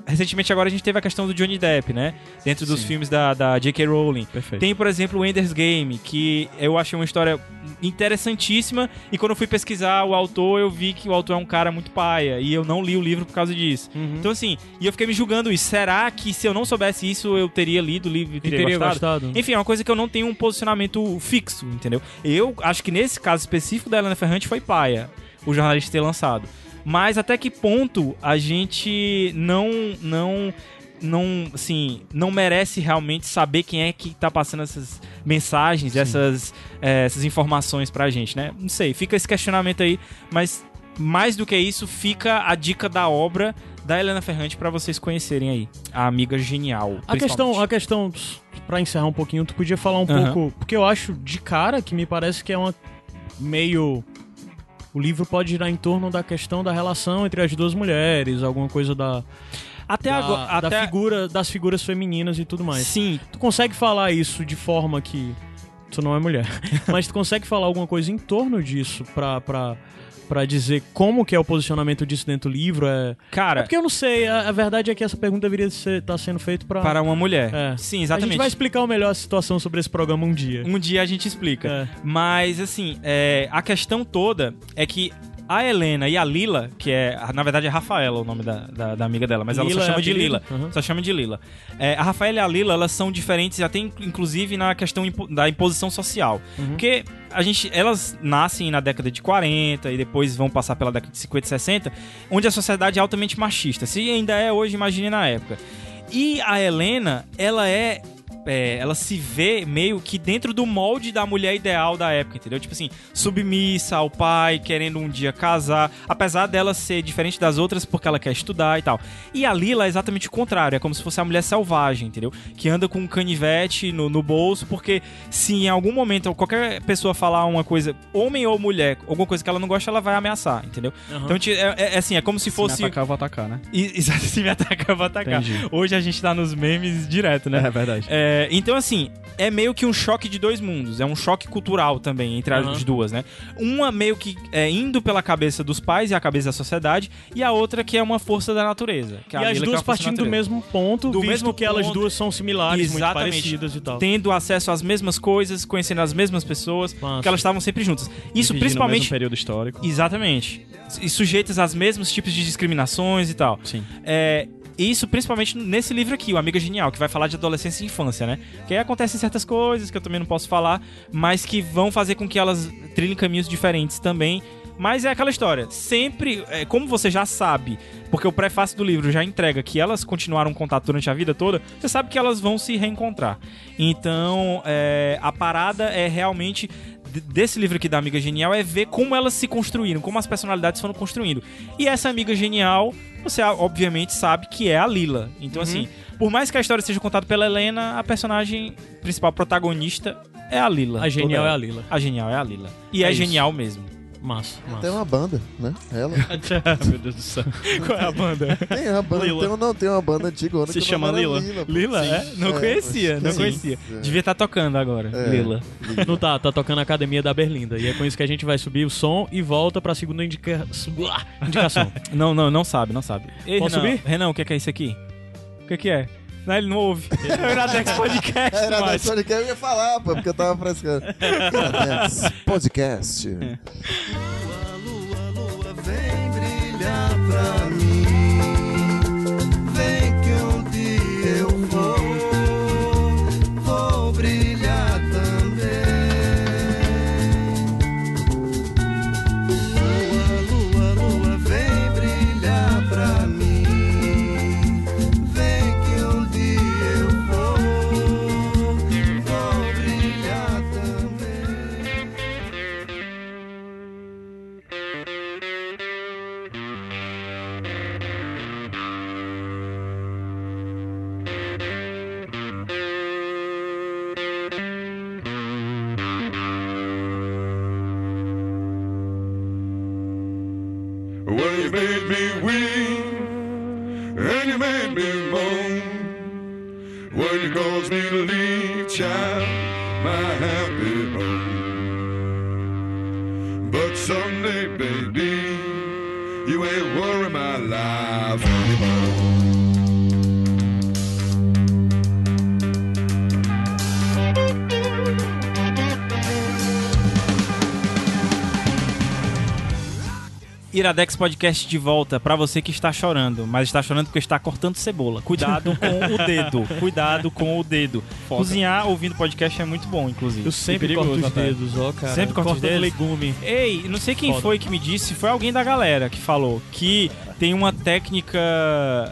Recentemente agora a gente teve a questão do Johnny Depp, né? Dentro dos filmes da, da J.K. Rowling. Perfeito. Tem, por exemplo, o Ender's Game, que eu achei uma história interessantíssima e quando eu fui pesquisar o autor, eu vi que o autor é um cara muito paia e eu não li o livro por causa disso. Então assim, e eu fiquei me julgando isso. Será que se eu não soubesse isso, eu teria lido o livro e teria, teria gostado? gostado. Enfim, é uma coisa que eu não tenho um posicionamento fixo, entendeu? Eu acho que nesse caso específico da Helena Ferrante foi paia o jornalista ter lançado. Mas até que ponto a gente não não não, assim, não merece realmente saber quem é que tá passando essas mensagens, essas eh, essas informações pra gente, né? Não sei, fica esse questionamento aí, mas mais do que isso, fica a dica da obra da Helena Ferrante pra vocês conhecerem aí. A amiga genial. A questão, principalmente. a questão, pra encerrar um pouquinho, tu podia falar um Aham. pouco, porque eu acho de cara que me parece que é uma meio o livro pode girar em torno da questão da relação entre as duas mulheres, alguma coisa da, até da, É, agora, da até figura das figuras femininas e tudo mais. Sim, Tu consegue falar isso de forma que tu não é mulher, mas tu consegue falar alguma coisa em torno disso pra, pra, pra dizer como que é o posicionamento disso dentro do livro? É, é cara, porque eu não sei, a, a verdade é que essa pergunta deveria estar tá sendo feita pra para uma mulher. É. Sim, a exatamente. gente vai explicar o melhor a situação sobre esse programa um dia. Um dia a gente explica. É. Mas, assim, é, a questão toda é que a Helena e a Lila, que é, na verdade, é Rafaela o nome da, da, da amiga dela, mas ela Lila só é chama de apelido? Lila. Uhum. Só chama de Lila. É, a Rafaela e a Lila, elas são diferentes até, in- inclusive, na questão impo- da imposição social. Uhum. Porque a gente, é, elas nascem na década de 40 e depois vão passar pela década de 50 e 60, onde a sociedade é altamente machista. Se ainda é hoje, imagine na época. E a Helena, ela é é, ela se vê meio que dentro do molde da mulher ideal da época, entendeu? Tipo assim, submissa ao pai, querendo um dia casar, apesar dela ser diferente das outras porque ela quer estudar e tal. E a Lila é exatamente o contrário, é como se fosse a mulher selvagem, entendeu? Que anda com um canivete no, no bolso, porque se em algum momento qualquer pessoa falar uma coisa, homem ou mulher, alguma coisa que ela não gosta, ela vai ameaçar, entendeu? Então, ti- é, é- é assim, é como se Se me fosse. atacar, eu vou atacar, né? E- Exato, se me atacar, eu vou atacar. Entendi. Hoje a gente tá nos memes direto, né? verdade. É, É, então, assim, é meio que um choque de dois mundos. É um choque cultural também, entre as duas, né? Uma meio que é indo pela cabeça dos pais e a cabeça da sociedade, e a outra que é uma força da natureza. que E a as Lila que é duas uma força da partindo do natureza. mesmo ponto, Do visto mesmo que elas ponto. duas são similares, muito Exatamente. parecidas e tal. Tendo acesso às mesmas coisas, conhecendo as mesmas pessoas, Massa. porque elas estavam sempre juntas. Isso Dividindo o mesmo principalmente período histórico. Exatamente. E sujeitas aos mesmos tipos de discriminações e tal. Sim. É, isso principalmente nesse livro aqui, O Amiga Genial, que vai falar de adolescência e infância, né? Que aí acontecem certas coisas que eu também não posso falar, mas que vão fazer com que elas trilhem caminhos diferentes também. Mas é aquela história, sempre, é, como você já sabe, porque o prefácio do livro já entrega que elas continuaram o contato durante a vida toda, você sabe que elas vão se reencontrar. Então, é, a parada é realmente d- desse livro aqui da Amiga Genial é ver como elas se construíram, como as personalidades foram construindo. E essa amiga genial, você ah, obviamente sabe que é a Lila. Então, Uhum. assim, por mais que a história seja contada pela Helena, a personagem principal, protagonista, é a Lila. A genial é Toda a ela. Lila. A genial é a Lila. E é, É isso. genial mesmo. Massa, massa. Ah, Tem uma banda, né? Ela. Meu Deus do céu. Qual é a banda? Tem uma banda, Lila. tem uma, não, tem uma banda antiga. Se chama Lila. Lila, é? Não É, conhecia, não sim. conhecia. É. Devia estar tocando agora, É. Lila. Não tá, tá tocando a Academia da Berlinda. E é com isso que a gente vai subir o som e volta pra segunda indica... Uá, indicação. Não, não, não sabe, não sabe. Ei, Posso Renan, subir? Renan, o que é, que é isso aqui? O que é que é? Não, ele não ouve. É o Iradex Podcast, Era da mas... Sony que eu ia falar, pô, porque eu tava frescando. Iradex Podcast. A lua, lua, vem brilhar pra mim. Vem que um dia eu vou, vou brilhar também. Lua, lua, lua, vem brilhar pra mim. Vem que um dia eu vou, vou brilhar também. Well, you made me weak, and you made me moan. Well, you caused me to leave, child, my happy home. But someday, baby, you ain't worry my life anymore. Iradex Podcast de volta pra você que está chorando, mas está chorando porque está cortando cebola. Cuidado com o dedo. Cuidado com o dedo. Cozinhar ouvindo podcast é muito bom, inclusive. Eu sempre E corto os até. dedos, ó, cara. Sempre corta os Cortando dedos? legume. Ei, não sei quem Foda. foi que me disse, foi alguém da galera que falou que tem uma técnica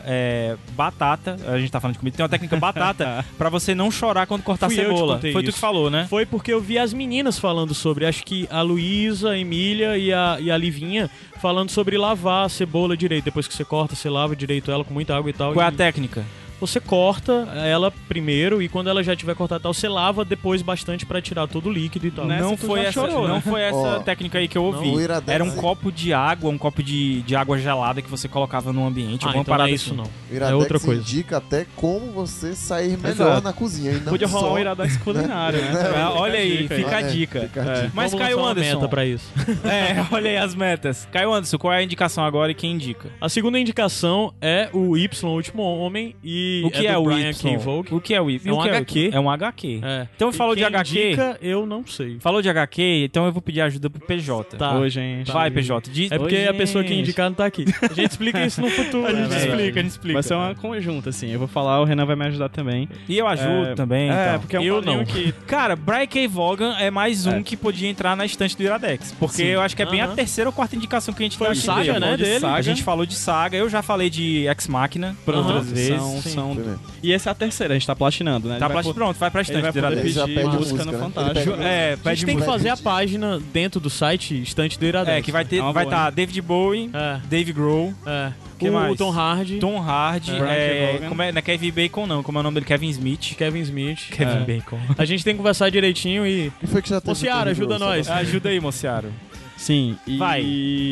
é, batata, a gente tá falando de comida, tem uma técnica batata pra você não chorar quando cortar Fui eu que cebola. contei Foi tu isso. que falou, né? Foi porque eu vi as meninas falando sobre, acho que a Luísa, a Emília e a, e a Livinha falando sobre lavar a cebola direito. Depois que você corta, você lava direito ela com muita água e tal. Qual é a E- técnica? Você corta ela primeiro e quando ela já tiver cortada e tal, você lava depois bastante pra tirar todo o líquido e tal. não foi essa, não né? foi essa Ó, técnica aí que eu não, o ouvi. Iradex- Era um copo de água, um copo de, de água gelada que você colocava no ambiente, Ah, então não alguma parada é isso assim. não. O Iradex É outra coisa. indica até como você sair melhor Exato. na cozinha. E não Podia só... rolar um iradex culinário, né? Ah, olha aí, Fica a fica a É, dica. fica a dica. Mas Vamos Caio lançar uma Anderson, meta pra isso. é, olha aí as metas. Caio Anderson, qual é a indicação agora e quem indica? A segunda indicação é o Y, o último homem e O que é, do o Brian Y? K. Vogue. O que é o Y? É um O que HQ. É um HQ. É. Então E falou de quem HQ. Indica, eu não sei. Falou de HQ, então eu vou pedir ajuda pro PJ. Tá. Oi, gente. Vai, PJ. Diz, É porque Oi, a pessoa que gente. indicar não tá aqui. A gente explica isso no futuro. A gente né? explica, a gente explica. Vai ser uma conjunta, assim. Eu vou falar, o Renan vai me ajudar também. E eu ajudo É, também. é, então. porque é um eu quadrinho não. que- Cara, Brian K. Vaughan é mais um É. que podia entrar na estante do Iradex. Porque Sim. eu acho que é bem a Aham. terceira ou quarta indicação que a gente Foi dá o aqui. Saga, Falou né, de dele? A gente falou de saga. Eu já falei de Ex Machina Tá por Aham. outras vezes. São, sim. são... Primeiro. E essa é a terceira, a gente tá platinando, né? Ele Tá vai plástico, pôr- pronto, vai pra Ele estante vai do poder Ele Iradex. já pedir pede música, música, no né? Ele Fantástico. pede É, A gente tem pede que música. fazer a página dentro do site, estante do Iradex. É, que vai né? ter, É uma vai boa, estar né? David Bowie, É, Dave Grohl, é. Que o mais? Tom Hardy, Tom Hardy, Brian K. é, Vaughan. como é, não é Kevin Bacon não, como é o nome dele, Kevin Smith. Kevin Smith. Kevin É. Bacon. A gente tem que conversar direitinho e. E foi que já Ô, teve Ciara, Tony ajuda Grosso, nós. né? Ajuda aí, Mociaro. Sim, e... Vai.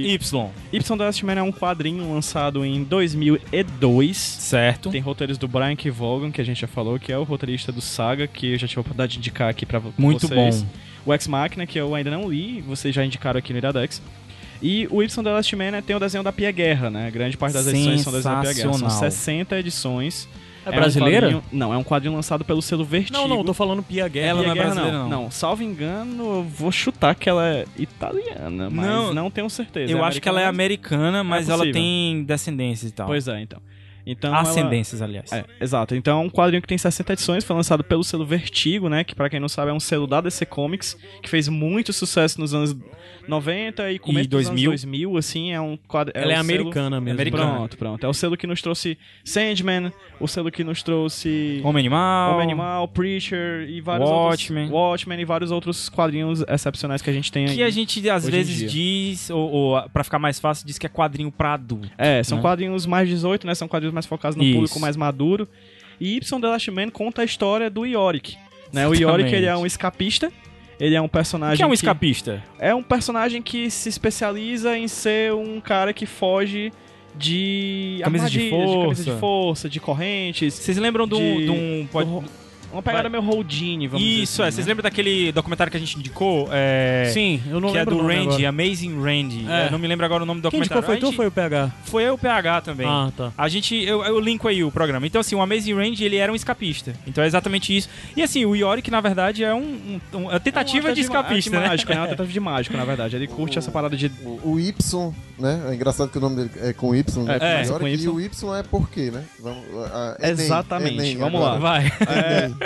Y Y. do Westman é um quadrinho lançado em 2002. Certo. Tem roteiros do Brian K. Vaughan, que a gente já falou, que é o roteirista do Saga, que eu já tive a oportunidade de indicar aqui pra vo- Muito vocês. bom. O Ex Machina, que eu ainda não li, vocês já indicaram aqui no Iradex. E o Y The Last Man né, tem o desenho da Pia Guerra, né? Grande parte das edições são desenho da Pia Guerra. São Sensacional. 60 edições. É um brasileira? quadrinho- não, é um quadrinho lançado pelo selo Vertigo. Não, não, eu tô falando Pia Guerra. Ela Pia não é Guerra, brasileira, não. não. salvo engano, eu vou chutar que ela é italiana, mas Não, não, tenho certeza. Eu acho que ela é americana, americana, mas ela possível. tem descendências e tal. mas- Pois é, então. então Ah, ela- Ascendências, aliás. é, exato. Então é um quadrinho que tem 60 edições, foi lançado pelo selo Vertigo, né? Que pra quem não sabe é um selo da DC Comics, que fez muito sucesso nos anos 90 e começo E dos 2000. anos 2000, assim, é um quadrinho... Ela é um selo- americana mesmo. americana. né? Pronto, pronto. É o selo que nos trouxe Sandman, o selo que nos trouxe... Homem Animal. Homem Animal, Preacher e vários Watchmen. outros... Watchmen. e vários outros quadrinhos excepcionais que a gente tem aí. Que a gente às Hoje em dia. vezes diz, ou, ou pra ficar mais fácil, diz que é quadrinho pra adulto. É, são né? quadrinhos mais 18, né? São quadrinhos mais focados no Isso. público mais maduro. E Y The Last Man conta a história do Yorick. Né? O Yorick, Exatamente. ele é um escapista. Ele é um O personagem que é um escapista? é um personagem que se especializa em ser um cara que foge de... Camisas de armadilhas, de camisas força. de força, de correntes. Vocês lembram de um. De- de um pod- do- Uma pegada meio Houdini, vamos dizer Isso, assim, é. Vocês lembram daquele documentário que a gente indicou? É, Sim, eu não Que é lembro do o nome Randy, agora. Amazing Randy. É. Eu não me lembro agora o nome do Quem indicou documentário. foi tu ou foi o PH? foi? Foi eu e o PH também. Ah, tá. A gente, eu, eu linko aí o programa. Então, assim, o Amazing Range, ele era um escapista. Então é exatamente isso. E assim, o Yorick, na verdade, é um, um- um- uma É tentativa de escapista, né? Mágico, né? Uma tentativa de mágico, na verdade. Ele curte essa parada de... O, o Y, né? É engraçado que o nome dele é com Y. né? É, Mas é, olha com que Y. o Y é por quê, né? Vamos, ah, Enem, Exatamente, Enem vamos agora. lá. Vai.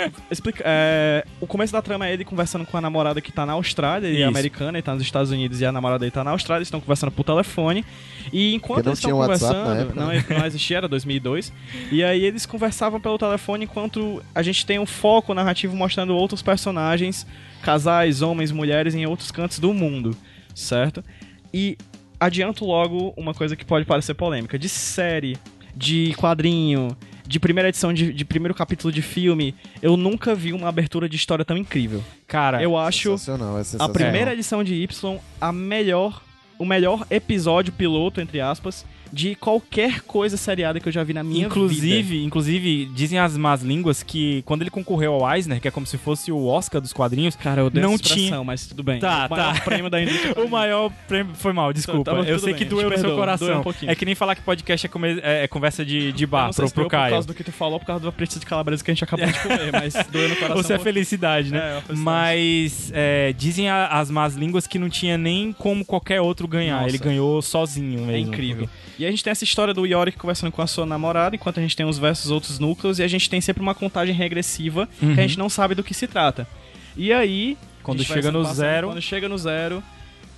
É, explica, é, o começo da trama é ele conversando com a namorada que tá na Austrália, ele é Isso. americana, ele tá nos Estados Unidos e a namorada dele tá na Austrália, eles estão conversando por telefone. E enquanto Porque não eles estão tinha WhatsApp conversando, na época, não, né? não existia, era 2002. e aí eles conversavam pelo telefone enquanto a gente tem um foco narrativo mostrando outros personagens, casais, homens, mulheres em outros cantos do mundo, certo? E adianto logo uma coisa que pode parecer polêmica. De série, de quadrinho, de primeira edição, de, de primeiro capítulo de filme, eu nunca vi uma abertura de história tão incrível. Cara, eu acho Sensacional, é sensacional. a primeira edição de Y a melhor, o melhor episódio piloto, entre aspas, de qualquer coisa seriada que eu já vi na minha vida. inclusive, inclusive, dizem as más línguas que quando ele concorreu ao Eisner, que é como se fosse o Oscar dos quadrinhos, Cara, eu odeio Não essa expressão, tinha. mas tudo bem. Tá, o maior tá. prêmio da indústria. o maior prêmio. Foi mal, desculpa. Tá, tá bom, eu tudo sei bem, que te doeu no seu perdoo, doeu coração. um pouquinho. é que nem falar que podcast é, come- é- é conversa de, de Eu bar não sei pro, se doeu pro por Caio. causa do que tu falou, por causa da pizza de calabreso que a gente acabou de comer, mas doeu no coração. Ou se é um felicidade, né? É, uma felicidade. Mas é, dizem a- as más línguas que não tinha nem como qualquer outro ganhar. Nossa. Ele ganhou sozinho mesmo. É incrível. E a gente tem essa história do Yorick conversando com a sua namorada, enquanto a gente tem os versos outros núcleos, e a gente tem sempre uma contagem regressiva Uhum. que a gente não sabe do que se trata. E aí. Quando a gente vai chega no passando, zero- Quando chega no zero,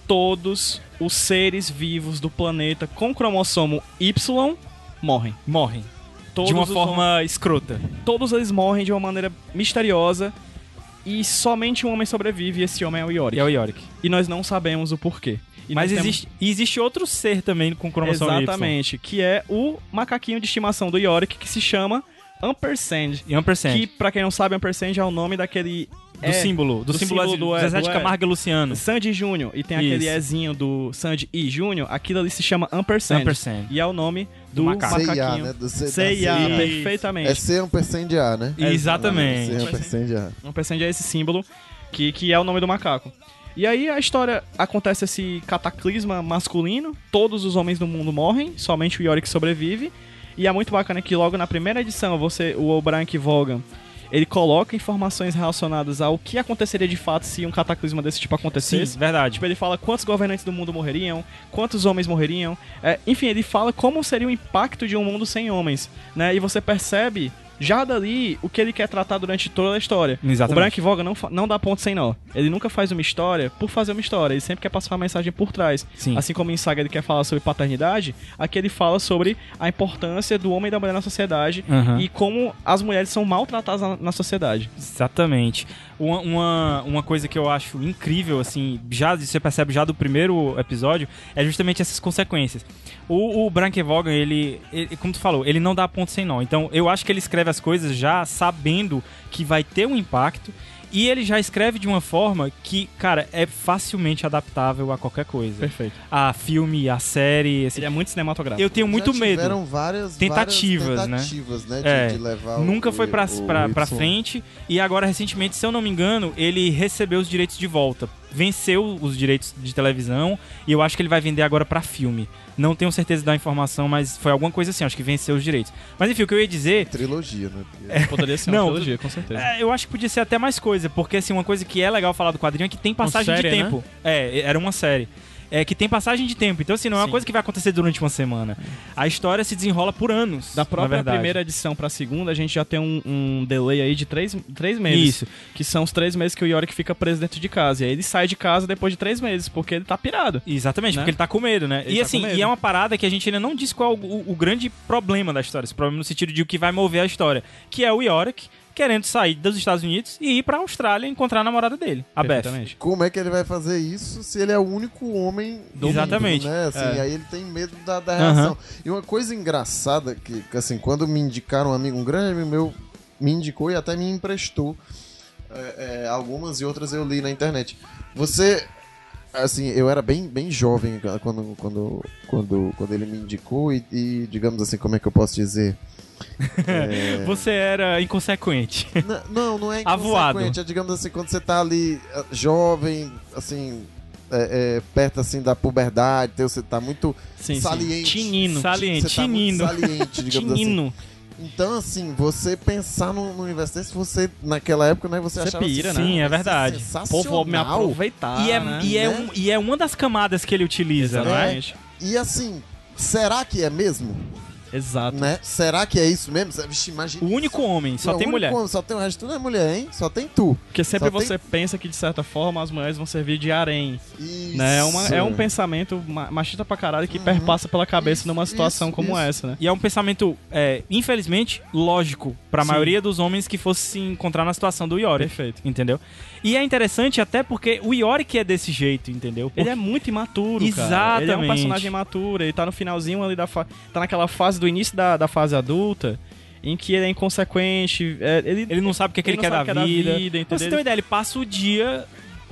todos os seres vivos do planeta com cromossomo Y morrem. Morrem. Todos de uma os forma escrota. Todos eles morrem de uma maneira misteriosa. E somente um homem sobrevive, e esse homem é o Yorick. E é o Yorick. E nós não sabemos o porquê. E Mas nós temos- existe, existe outro ser também com cromossomo Y. Exatamente, que é o macaquinho de estimação do Yorick, que se chama Ampersand. E ampersand. Que, pra quem não sabe, Ampersand é o nome daquele... do é, símbolo. Do, do símbolo, símbolo do- Zezé do- de Camargo e Luciano. Sandy Júnior. E tem aquele Isso. Ezinho do Sandy e Júnior. Aquilo ali se chama Ampersand. Ampersand. E é o nome do, Do macaco. CIA, macaquinho. né? Do C, da CIA, CIA. perfeitamente. É C ampersand de A, né? Exatamente. C ampersand de A. Não percende é esse símbolo, que, que é o nome do macaco. E aí a história acontece esse cataclisma masculino, todos os homens do mundo morrem, somente o Yorick sobrevive. E é muito bacana que logo na primeira edição, você, o O'Brien que Vaughan, ele coloca informações relacionadas ao que aconteceria de fato se um cataclisma desse tipo Sim, acontecesse. verdade. Tipo, ele fala quantos governantes do mundo morreriam, quantos homens morreriam. É, enfim, ele fala como seria o impacto de um mundo sem homens, né? E você percebe já dali o que ele quer tratar durante toda a história. Exatamente. O Branco Voga não, fa- não dá ponto sem nó. Ele nunca faz uma história por fazer uma história. Ele sempre quer passar uma mensagem por trás. Sim. Assim como em Saga ele quer falar sobre paternidade, aqui ele fala sobre a importância do homem e da mulher na sociedade Aham. e como as mulheres são maltratadas na, na sociedade. Exatamente. Uma, uma, uma coisa que eu acho incrível, assim, já você percebe já do primeiro episódio, é justamente essas consequências. O, o Brankevogan, ele, ele, como tu falou, ele não dá ponto sem nó. Então, eu acho que ele escreve as coisas já sabendo que vai ter um impacto. E ele já escreve de uma forma que, cara, é facilmente adaptável a qualquer coisa. Perfeito. A filme, a série, assim. É. Ele é muito cinematográfico. Eu tenho muito Já medo. tiveram várias várias Tentativas, né? tentativas, né? de- É. de levar o- Nunca foi pra, o pra, pra Y. frente. E agora, recentemente, se eu não me engano, ele recebeu os direitos de volta. Venceu os direitos de televisão. E eu acho que ele vai vender agora pra filme. Não tenho certeza da informação, mas foi alguma coisa assim. Acho que venceu os direitos. Mas enfim, o que eu ia dizer Trilogia, né? É, Poderia ser Não, uma trilogia, com certeza. É, eu acho que podia ser até mais coisa, porque assim, uma coisa que é legal falar do quadrinho é que tem passagem série, de né? tempo. É, era uma série. É que tem passagem de tempo. Então, assim, não é uma Sim. coisa que vai acontecer durante uma semana. A história se desenrola por anos. Da na própria verdade. primeira edição pra segunda, a gente já tem um, um delay aí de três, três meses. Isso. Que são os três meses que o Yorick fica preso dentro de casa. E aí ele sai de casa depois de três meses, porque ele tá pirado. Exatamente, Né? porque ele tá com medo, né? Ele e tá assim, com medo. e é uma parada que a gente ainda não diz qual é o, o- o grande problema da história. Esse problema no sentido de o que vai mover a história. Que é o Yorick querendo sair dos Estados Unidos e ir pra Austrália encontrar a namorada dele, a Beth. Perfeitamente. Como é que ele vai fazer isso se ele é o único homem do Exatamente. mundo, né? Assim, É. Aí ele tem medo da, da Aham. reação. E uma coisa engraçada que, que, assim, quando me indicaram um amigo, um grande amigo meu me indicou e até me emprestou é, é, algumas e outras eu li na internet. Você assim, eu era bem, bem jovem quando, quando, quando, quando ele me indicou e, e, digamos assim, como é que eu posso dizer? Você era inconsequente. N- Não, não é Avoado. inconsequente. É, digamos assim, quando você tá ali eh, jovem, assim, é, é, perto assim da puberdade, teu, você tá muito Sim, saliente. Tinino. Você Saliente. tá muito Tinino. saliente, digamos assim. Tinino. Então, assim, você pensar no, no universo desse, você, naquela época, né, você, Você achava pira, assim, né? Sim, é "Isso verdade. O povo vai me sensacional." aproveitar. e, é, né? e, é Né? um- e é uma das camadas que ele utiliza, né? Exatamente. E assim, será que é mesmo? Exato. Né? Será que é isso mesmo? Vixe, imagina. O único homem, só Não, tem o único mulher. homem, só tem o resto, tudo é mulher, hein? Só tem tu. Porque sempre Só tem- você pensa que, de certa forma, as mulheres vão servir de harém. Isso. Uhum. Né? É, uma- é um pensamento ma- machista pra caralho que perpassa pela cabeça Isso, numa situação isso, como isso. essa, né? E é um pensamento, é, infelizmente, lógico pra Sim. maioria dos homens que fosse se encontrar na situação do Yorick. Perfeito. Entendeu? E é interessante até porque o Yorick é desse jeito, entendeu? Ele é muito imaturo, cara. Exatamente. Ele é um personagem imaturo. Ele tá no finalzinho ali da fa... Tá naquela fase do início da, da fase adulta, em que ele é inconsequente. é, ele... Ele não sabe o que, é que ele, Ele quer não da sabe o que é da vida. vida, Pra Então, você entendeu? tem uma ideia, ele passa o dia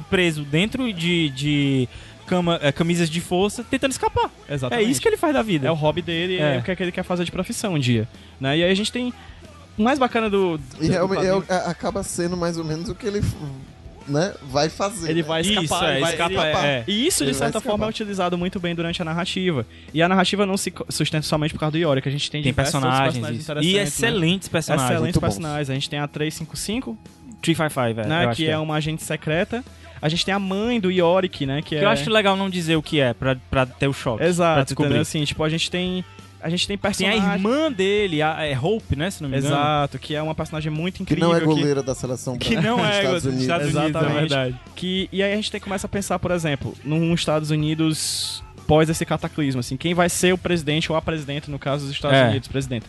preso dentro de, de cama- é, camisas de força tentando escapar. Exatamente. É isso que ele faz da vida. É o hobby dele, é. É. o que, é que ele quer fazer de profissão um dia. Né? E aí a gente tem. O mais bacana do. do- E realmente, do- é o- a- acaba sendo mais ou menos o que ele né, vai fazer. Ele né? vai Isso, escapar, é, ele vai escapa- ele- escapar. é. E isso, de Ele vai certa forma, escapar. é utilizado muito bem durante a narrativa. E a narrativa não se co- sustenta somente por causa do Yorick. A gente tem, Tem diversos outros personagens, isso. personagens e interessantes, né? excelentes personagens. Excelentes muito bons. personagens. A gente tem a 355, 355, é. né? eu Que, acho é uma agente secreta. A gente tem a mãe do Yorick, né? Que Que é... eu acho legal não dizer o que é, pra, pra ter o choque. pra Exato, descobrir. entendeu? Assim, tipo, a gente tem. A gente tem Tem a personagem. irmã dele, a é Hope, né? Se não me engano. Exato, que é uma personagem muito Que incrível. não é goleira da seleção Que brasileira. não dos é Estados dos Unidos. Estados Unidos, é Exatamente. verdade. Que, e aí a gente tem que começar a pensar, por exemplo, num Estados Unidos pós esse cataclismo, assim, quem vai ser o presidente ou a presidente, no caso dos Estados É. Unidos, presidente.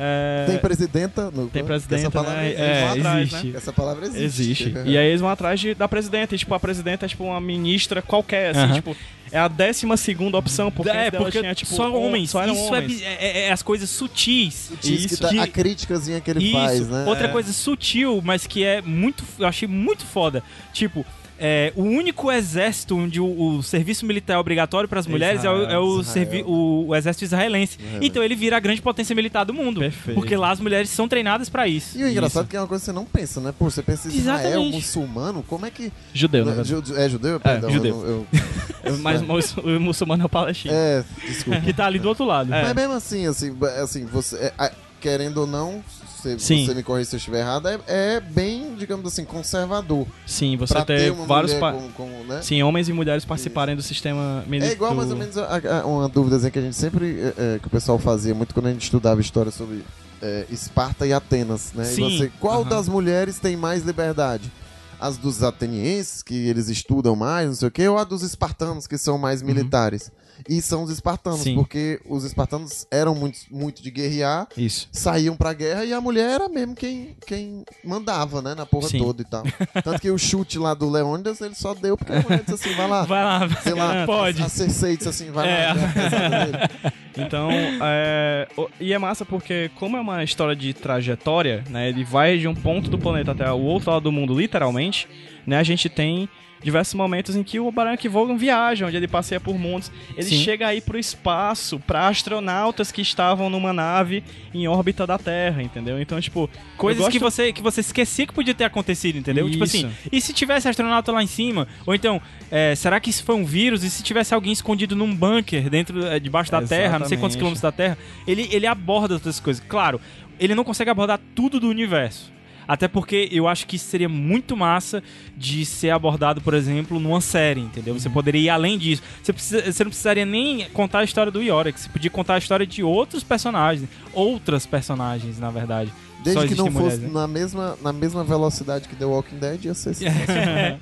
É, Tem presidenta no Tem que presidenta, essa palavra né? existe. É, Vão atrás, existe. né? Essa palavra existe. Uhum. Existe. E aí eles vão atrás de- da presidenta. E, tipo, a presidenta é tipo uma ministra qualquer, assim, Aham. tipo, é a décima segunda opção, porque, é, antes dela porque tinha, tipo, só um- homens. Só eram isso é homens. bi- É, é- é as coisas sutis. Diz que Isso, dá- que- a criticazinha que ele Isso. faz, né? Outra coisa sutil, mas que é muito. Eu achei muito foda. Tipo. é, o único exército onde o, o serviço militar é obrigatório para as mulheres é, o, é o, Israel. servi- o- o exército israelense. Israel. Então ele vira a grande potência militar do mundo. Perfeito. Porque lá as mulheres são treinadas para isso. E o engraçado é que é uma coisa que você não pensa, né? Pô, você pensa em Israel, Exatamente. muçulmano, como é que... Judeu, né? Ju- ju- é judeu? Perdão, eu judeu. um não- eu- Mas o o muçulmano é o palestino. É, desculpa. Que tá ali do outro lado. É. Mas mesmo assim, assim, ba- assim você, é, a- querendo ou não, se Sim. você me corrige se eu estiver errado, é, é bem, digamos assim, conservador. Sim, você pra ter ter uma vários... mulher pa- como- como, né? Sim, homens e mulheres participarem do sistema militar. É igual mais ou menos a- a- uma dúvidazinha que a gente sempre, é, é, que o pessoal fazia muito quando a gente estudava história sobre é, Esparta e Atenas, né? E Sim. você, qual das mulheres tem mais liberdade? As dos atenienses, que eles estudam mais, não sei o quê, ou a dos espartanos, que são mais militares? e são os espartanos, Uhum. Sim. porque os espartanos eram muito, muito de guerrear, Isso. saíam pra guerra e a mulher era mesmo quem, quem mandava, né, na porra Sim. toda e tal. Tanto que o chute lá do Leônidas ele só deu porque a mulher disse assim, vai lá, Vai lá, sei lá, pode. a Cersei disse assim, vai É. lá. dá a pesada dele. Então, é, o- e é massa porque, como é uma história de trajetória, né? Ele vai de um ponto do planeta até o outro lado do mundo, literalmente, né? A gente tem diversos momentos em que o Barank Vogan viaja, onde ele passeia por mundos. Ele Sim. chega aí pro espaço, pra astronautas que estavam numa nave em órbita da Terra, entendeu? Então, tipo, Coisas eu gosto- que, você, que você esquecia que podia ter acontecido, entendeu? Tipo Isso. assim, e se tivesse astronauta lá em cima? Ou então, é, será que isso foi um vírus? E se tivesse alguém escondido num bunker dentro, é, debaixo da Terra, não sei quantos Exatamente. quilômetros da Terra? Ele, ele aborda outras coisas. Claro, ele não consegue abordar tudo do universo. Até porque eu acho que isso seria muito massa de ser abordado, por exemplo, numa série, entendeu? Uhum. Você poderia ir além disso. Você, precisa- você não precisaria nem contar a história do Yorick. Você podia contar a história de outros personagens. Outras personagens, na verdade. Só Desde que existem não mulheres, fosse né? na, mesma, na mesma velocidade que The Walking Dead, ia ser assim, É.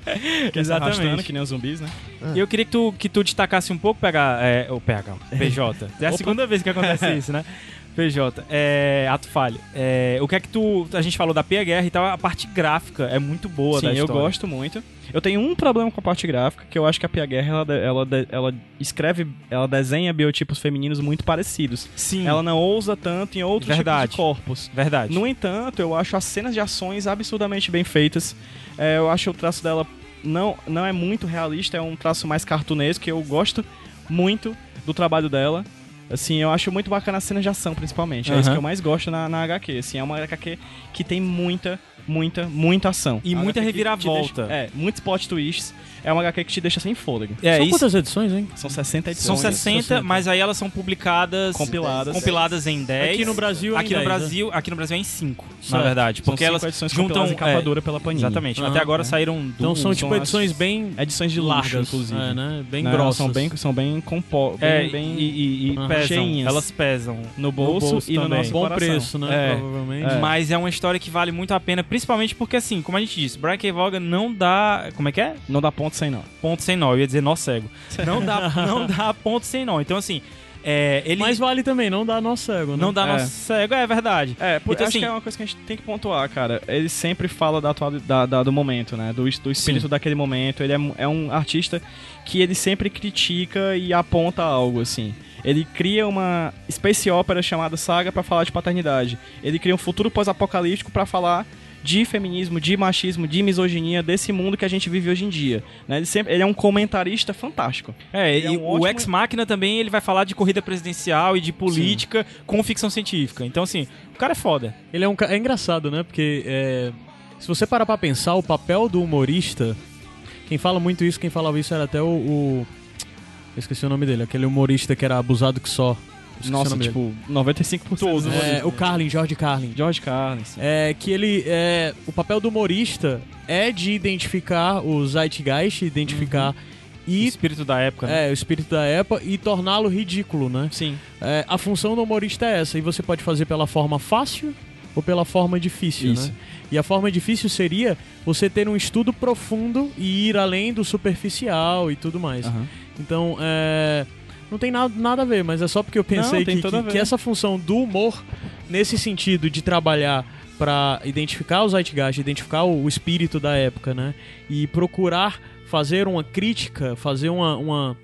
que se arrastando, que nem os zumbis, né? E eu queria que tu, que tu destacasse um pouco PH, é, o PH, PJ. É a Opa. segunda vez que acontece isso, né? PJ, é, ato falho. É, o que é que tu. A gente falou da PGR e tal, a parte gráfica é muito boa da Sim, eu história. gosto muito. Eu tenho um problema com a parte gráfica, que eu acho que a Pia Guerra, ela, de- ela, de- ela escreve, ela desenha biotipos femininos muito parecidos. Sim, Ela não ousa tanto em outros Verdade. tipos de corpos. verdade. No entanto, eu acho as cenas de ações absurdamente bem feitas. É, eu acho o traço dela não, não é muito realista, é um traço mais cartunesco, que eu gosto muito do trabalho dela. Assim, eu acho muito bacana as cenas de ação, principalmente. É isso Aham. que eu mais gosto na, na HQ. Assim, é uma HQ que tem muita, muita, muita ação. É E A muita HQ que te reviravolta. deixa- é, muitos plot twists. É uma HQ que te deixa sem fôlego. É, São isso, quantas edições, hein? São 60 são edições. 60, mas aí elas são publicadas. Compiladas. compiladas em 10. Aqui no Brasil é em Aqui no 10, né? Brasil, aqui no Brasil é em 5, na Certo. verdade. São Porque cinco elas edições juntam. compiladas em capa é, dura pela Panini. exatamente. Aham, Até agora é. saíram duas. Então são, tipo, Uhum. são as- edições bem Edições de largas, luxo, inclusive. É, né? Bem Né, grossas. Elas são bem, são bem compo... É, bem, bem e, e- e Aham. pesam. Cheinhas. Elas pesam. no, bolso bolso e no também. nosso Bom coração. preço, né? É. Provavelmente. É. Mas é uma história que vale muito a pena, principalmente porque, assim, como a gente disse, Brian K. Vaughan não dá. Como é que é? Não dá ponto sem não. Ponto sem nó. Eu ia dizer nó cego. Não dá, não dá ponto sem nó. Então, assim, é, ele Mas vale também, não dá nó cego, né? não dá nó É. cego, é verdade. É, porque Então, acho assim- que é uma coisa que a gente tem que pontuar, cara. Ele sempre fala da atual, da, da- do momento, né? Do, do espírito daquele momento. Ele é, mu- é um artista que ele sempre critica e aponta algo, assim. Ele cria uma space opera chamada Saga pra falar de paternidade. Ele cria um futuro pós-apocalíptico pra falar de feminismo, de machismo, de misoginia, desse mundo que a gente vive hoje em dia. né? Ele, sempre, ele é um comentarista fantástico. É, Ele é e um o ótimo- Ex Máquina também ele vai falar de corrida presidencial e de política com ficção científica. Então, assim, o cara é foda. Ele é um ca- é engraçado, né? Porque é, se você parar pra pensar, o papel do humorista, quem fala muito isso, quem falava isso era até o, o- eu esqueci o nome dele, aquele humorista que era abusado que só. Eu esqueci o Nossa, nome dele. tipo, 95% Todos. É, o Carlin, George Carlin. George Carlin. É que ele é o papel do humorista é de identificar o zeitgeist, identificar Uhum. E... e Espírito da época. né? é, o espírito da época e torná-lo ridículo, né? Sim. É, a função do humorista é essa, e você pode fazer pela forma fácil ou pela forma difícil, Isso. né? E a forma difícil seria você ter um estudo profundo e ir além do superficial e tudo mais. Aham. Então, é, não tem nada, nada a ver, mas é só porque eu pensei Não, tem que, tudo a que- ver. que essa função do humor, nesse sentido de trabalhar para identificar o zeitgeist, identificar o, o espírito da época, né? E procurar fazer uma crítica, fazer uma... uma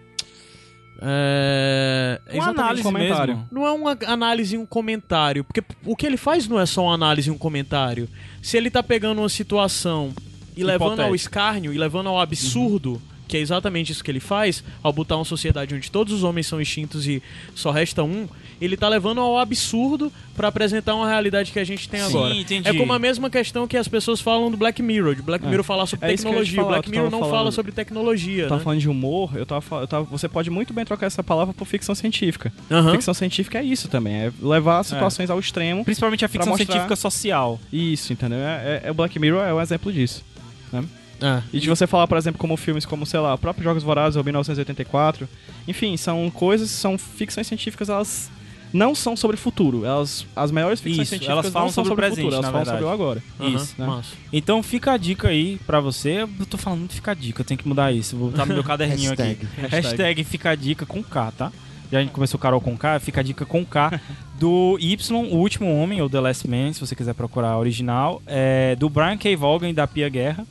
é, Uma exatamente análise comentário. mesmo. não é uma análise e um comentário. Porque o que ele faz não é só uma análise e um comentário. Se ele tá pegando uma situação e levando ao Hipotética. escárnio e levando ao absurdo, que é exatamente isso que ele faz, ao botar uma sociedade onde todos os homens são extintos e só resta um, ele tá levando ao absurdo pra apresentar uma realidade que a gente tem Sim, agora. entendi. É como a mesma questão que as pessoas falam do Black Mirror, de Black É. Mirror falar sobre É isso que eu ia te tecnologia. O falar, Black tu Mirror tava não fala falando- sobre tecnologia, Eu tava né? tá falando de humor, eu tava, fal- eu tava, você pode muito bem trocar essa palavra por ficção científica. Aham. Ficção científica é isso também, é levar situações ao extremo. Principalmente a Pra ficção mostrar- científica social. Isso, entendeu? É, é- é Black Mirror é um exemplo disso. né? É. E de você falar, por exemplo, como filmes como, sei lá, o próprio Jogos Vorazes ou 1984, enfim, são coisas, são ficções científicas, elas não são sobre futuro. Elas, as maiores ficções Isso, científicas elas falam não são sobre o presente, futuro, elas na falam verdade. sobre o agora. Aham, Isso, né? massa. Então fica a dica aí pra você. Eu tô falando muito fica a dica, eu tenho que mudar isso. Vou botar no meu caderninho aqui. Hashtag. Hashtag fica a dica com K, tá? Já a gente começou Carol com K, fica a dica com K. Do Y, O Último Homem, ou The Last Man, se você quiser procurar a original. É, do Brian K. Vaughan e da Pia Guerra.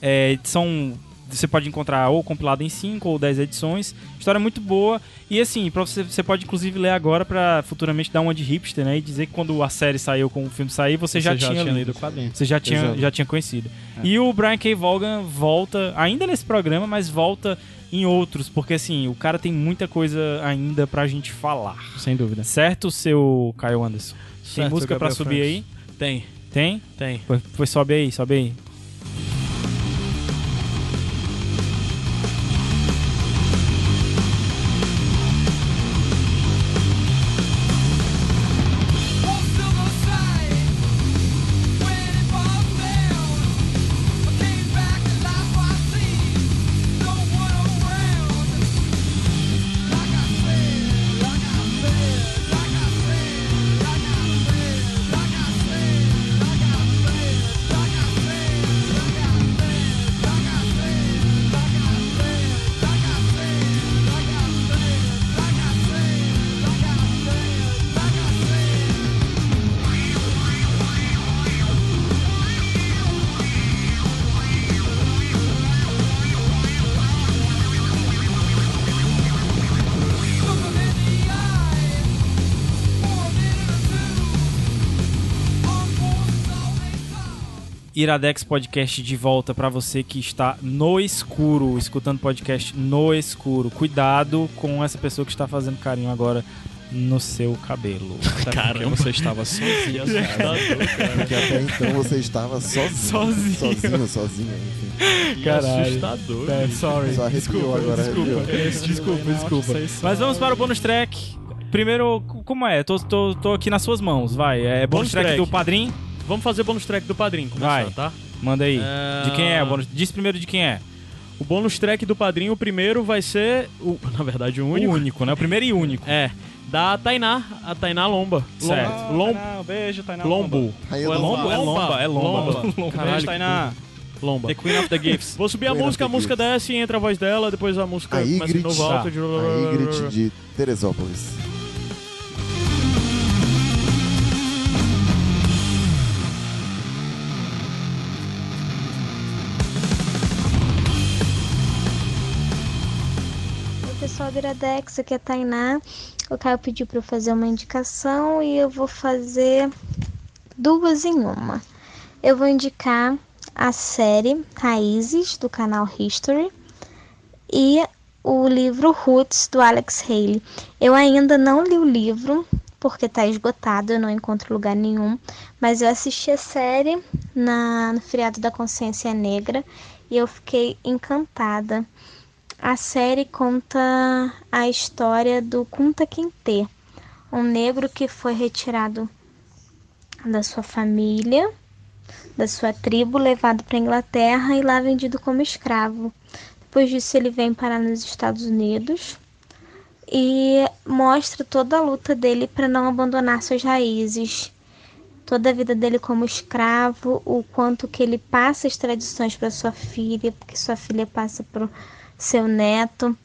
É, são. Você pode encontrar ou compilado em 5 ou 10 edições. História muito boa. E assim, pra você, você pode inclusive ler agora pra futuramente dar uma de hipster, né? E dizer que quando a série saiu, com o filme sair, você, já, tinha lido. lido o quadrinho. Você já tinha, Exato. já tinha conhecido. É. E o Brian K. Vaughan volta, ainda nesse programa, mas volta em outros, porque assim, o cara tem muita coisa ainda pra gente falar. Sem dúvida. Certo, seu Caio Anderson? tem Certo, música pra Gabriel subir Franks. aí? Tem, Tem? tem. Pois, pois sobe aí, sobe aí. Iradex Podcast de volta pra você que está no escuro, escutando podcast no escuro. Cuidado com essa pessoa que está fazendo carinho agora no seu cabelo. Caramba, você estava sozinho. Porque até então você estava sozinho. Sozinho. Sozinho, sozinha, enfim. Assustador. É, sorry. Só arrepiou agora. arrepiou. Desculpa, É desculpa. Mas vamos para o bonus track. Primeiro, c- como é? Tô, tô, tô aqui nas suas mãos, vai. É Bonus bonus, track, track. do Padrim? Vamos fazer bônus track do padrinho, começar, Vai. tá? Manda aí. É. De quem é? o Bônus... Diz primeiro de quem é. O bônus track do padrinho, o primeiro vai ser. O, na verdade, o único. O único, né? O primeiro e único. É, da Tainá, a Tainá Lomba. Certo. Lom, beijo, Tainá. é um Lombo. Aí Ou eu dou- Lombo? É lomba, é lomba. Beijo, Tainá. Lomba. The Queen of the Gifts. Vou subir a Queen of música, a the música desce e entra a voz dela, depois a música A começa de Ygritte. novo alto. Tá. De... A Ygritte de Teresópolis. Oi, pessoal do Iradex, aqui é a Tainá. O Caio pediu para eu fazer uma indicação e eu vou fazer duas em uma. Eu vou indicar a série Raízes, do canal History, e o livro Roots, do Alex Haley. Eu ainda não li o livro, porque está esgotado, eu não encontro lugar nenhum, mas eu assisti a série na- no feriado da Consciência Negra e eu fiquei encantada. A série conta a história do Kunta Kinte, um negro que foi retirado da sua família, da sua tribo, levado para a Inglaterra e lá vendido como escravo. Depois disso, ele vem parar nos Estados Unidos e mostra toda a luta dele para não abandonar suas raízes. Toda a vida dele como escravo, o quanto que ele passa as tradições para sua filha, porque sua filha passa para seu neto.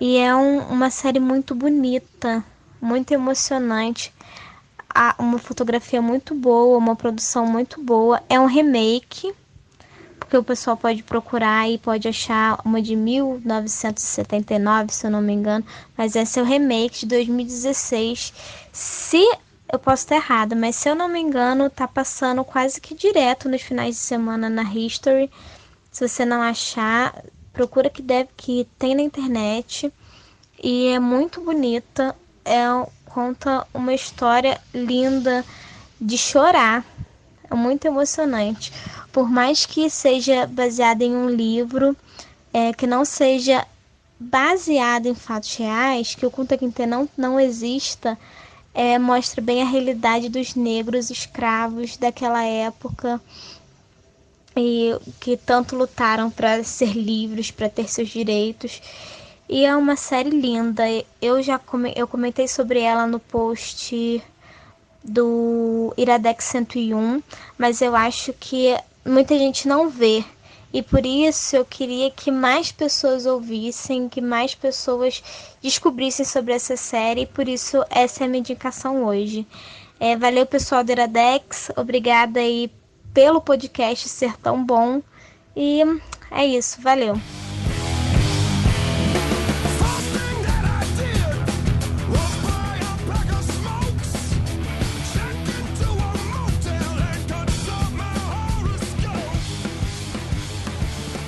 E é um- uma série muito bonita, muito emocionante. Há uma fotografia muito boa, uma produção muito boa. É um remake, porque o pessoal pode procurar e pode achar uma de 1979, se eu não me engano. Mas esse é o remake de 2016. Se. Eu posso estar errada, mas se eu não me engano, tá passando quase que direto nos finais de semana na History. Se você não achar, procura que deve que tem na internet e é muito bonita é conta uma história linda de chorar é muito emocionante por mais que seja baseada em um livro é, que não seja baseada em fatos reais que o Kunta Kinte não não exista é, mostra bem a realidade dos negros escravos daquela época e que tanto lutaram para ser livres, para ter seus direitos. E é uma série linda. Eu já come- eu comentei sobre ela no post do Iradex 101, mas eu acho que muita gente não vê. E por isso eu queria que mais pessoas ouvissem, que mais pessoas descobrissem sobre essa série, e por isso essa é a minha indicação hoje. É, valeu, pessoal do Iradex. Obrigada aí pelo podcast ser tão bom. E é isso, valeu.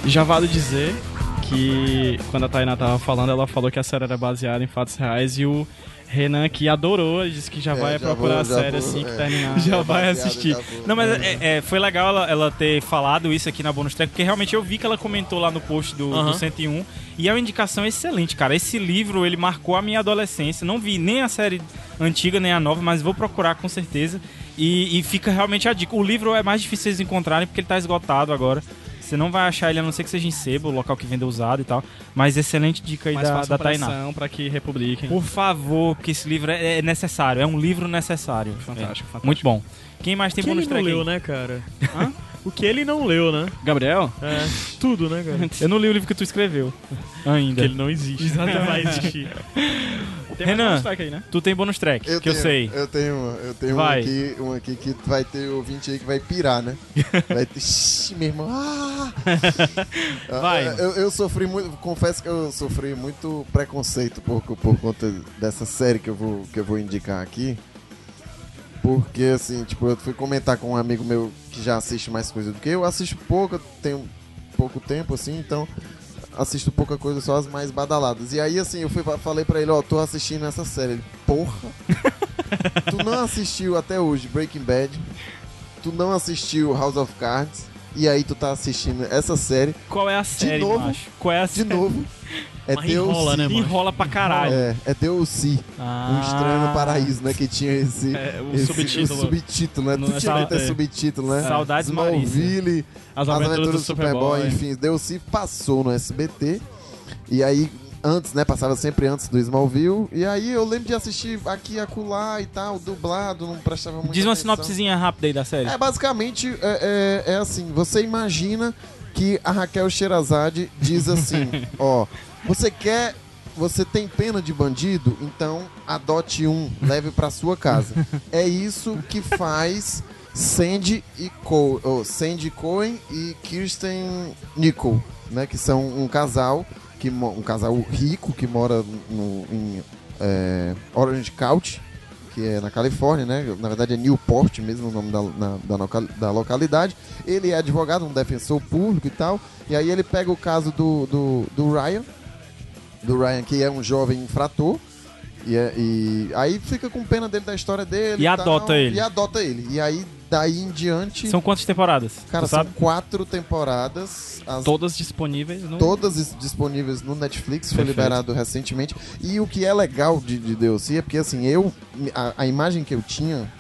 Já vale dizer que quando a Tainá tava falando, ela falou que a série era baseada em fatos reais e o Renan aqui adorou, ele disse que já É, vai já vou- procurar a já vou, série assim que é. terminar. Já É vai baseado, assistir. já vou. Não, mas é, é, foi legal ela, ela ter falado isso aqui na Bonus Track, porque realmente eu vi que ela comentou lá no post do, do Aham. 101. E é uma indicação excelente, cara. Esse livro, ele marcou a minha adolescência. Não vi nem a série antiga, nem a nova, mas vou procurar com certeza. E, e fica realmente a dica. O livro é mais difícil vocês encontrarem, porque ele tá esgotado agora. Você não vai achar ele, a não ser que seja em sebo, o local que vende usado e tal. Mas excelente dica aí Mas da, faça da Tainá. pressão pra que republiquem. Por favor, porque esse livro é é necessário, é um livro necessário. Fantástico, É. fantástico. Muito bom. Quem mais O tem que ele bonus não track? aí? leu, né, cara? O que ele não leu, né? Gabriel? É, tudo, né, cara? Eu não li o livro que tu escreveu. Ainda. Porque ele não existe. Exatamente. Vai existir. Tem Renan. mais um destaque aí, né? Tu tem bonus track, que eu tenho- sei. Eu tenho, uma- eu tenho um, Vai. aqui, um aqui que vai ter ouvinte aí que vai pirar, né? Vai ter. Ixi, meu irmão. Ah! Ah, Vai. Eu, eu sofri muito. Confesso que eu sofri muito preconceito por, por conta dessa série que eu, vou, que eu vou indicar aqui. Porque, assim, tipo, eu fui comentar com um amigo meu que já assiste mais coisa do que eu. Eu assisto pouco, eu tenho pouco tempo, assim, então assisto pouca coisa, só as mais badaladas. E aí, assim, eu fui, falei pra ele, ó, tô assistindo essa série. Ele, porra! tu não assistiu até hoje Breaking Bad, tu não assistiu House of Cards, e aí tu tá assistindo essa série Qual é a série, novo? macho? Qual é a de série? novo. É Mas Deus. enrola, né, mano? Enrola Ah. pra caralho. É, é DLC, um estranho no paraíso, né? Que tinha esse, É, o esse- subtítulo. o subtítulo, né? Não Tu tinha é até sal- é. subtítulo, né? Saudades Smallville, As, As Aventuras, do Superboy, enfim, Deu-se passou no SBT. E aí, antes, né, passava sempre antes do Smallville. E aí eu lembro de assistir aqui e acolá e tal, dublado, não prestava muito Diz uma sinopsezinha rápida aí da série. É, basicamente, é, é- é assim, você imagina que a Raquel Sherazade diz assim, ó, você quer... Você tem pena de bandido? Então adote um, leve pra sua casa. É isso que faz Sandy e Co oh, Sandy Cohen e Kirsten Nicole, né? Que são um casal que mo- um casal rico que mora no, em é, Orange County, que é na Califórnia, né? Na verdade é Newport mesmo o nome da, na- da, loca- da localidade. Ele é advogado, um defensor público e tal. E aí ele pega o caso do, do, do Ryan, do Ryan que é um jovem infrator. E, é- e aí fica com pena dele da história dele. E tal, adota ele. E adota ele. E aí daí em diante, São quantas temporadas? cara, tu sabe? são quatro temporadas. As Todas disponíveis no... todas is- disponíveis no Netflix, foi Perfeito. liberado recentemente. E o que é legal de, de DLC é porque, assim, eu. A, a imagem que eu tinha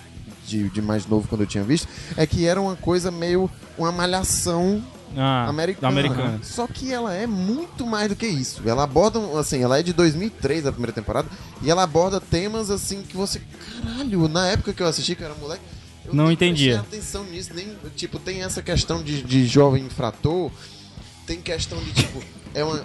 de, de mais novo quando eu tinha visto é que era uma coisa meio. uma malhação Ah, americana. americana. Só que ela é muito mais do que isso. Ela aborda, um- assim, ela é de 2003, a primeira temporada, e ela aborda temas, assim, que você... Caralho, na época que eu assisti, que eu era moleque... eu Não nem entendia. prestei atenção nisso, nem... Tipo, tem essa questão de, de jovem infrator, tem questão de, tipo... É uma...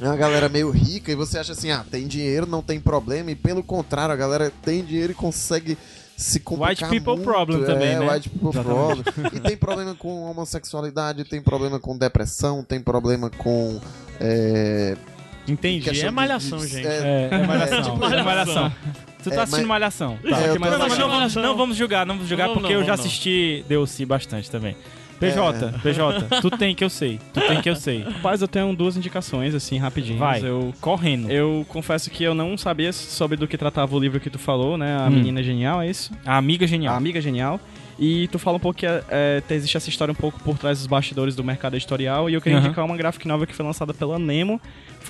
É uma galera meio rica e você acha assim, ah, tem dinheiro, não tem problema. E pelo contrário, a galera tem dinheiro e consegue se complicar White people muito. problem é, também, né? White people problem. E tem problema com homossexualidade, tem problema com depressão, tem problema com... É, Entendi. questão É de- malhação, de- gente. É, é É, malhação. tipo, É, malhação. Tu tá É, assistindo mas- malhação. Tá, É, eu ok, tô mas- mas assistindo não, vamos- Malhação. não vamos julgar, não vamos julgar, Não, porque não, eu já não. assisti Deus bastante também. PJ, PJ, tu tem que eu sei. Tu tem que eu sei. Rapaz, eu tenho duas indicações, assim, rapidinho. Vai. Eu... Correndo. Eu confesso que eu não sabia sobre do que tratava o livro que tu falou, né? A Hum. Menina Genial, é isso? A amiga A genial. Amiga Genial. E tu fala um pouco que é, é, existe essa história um pouco por trás dos bastidores do mercado editorial. E eu queria Aham. indicar uma graphic novel que foi lançada pela Nemo,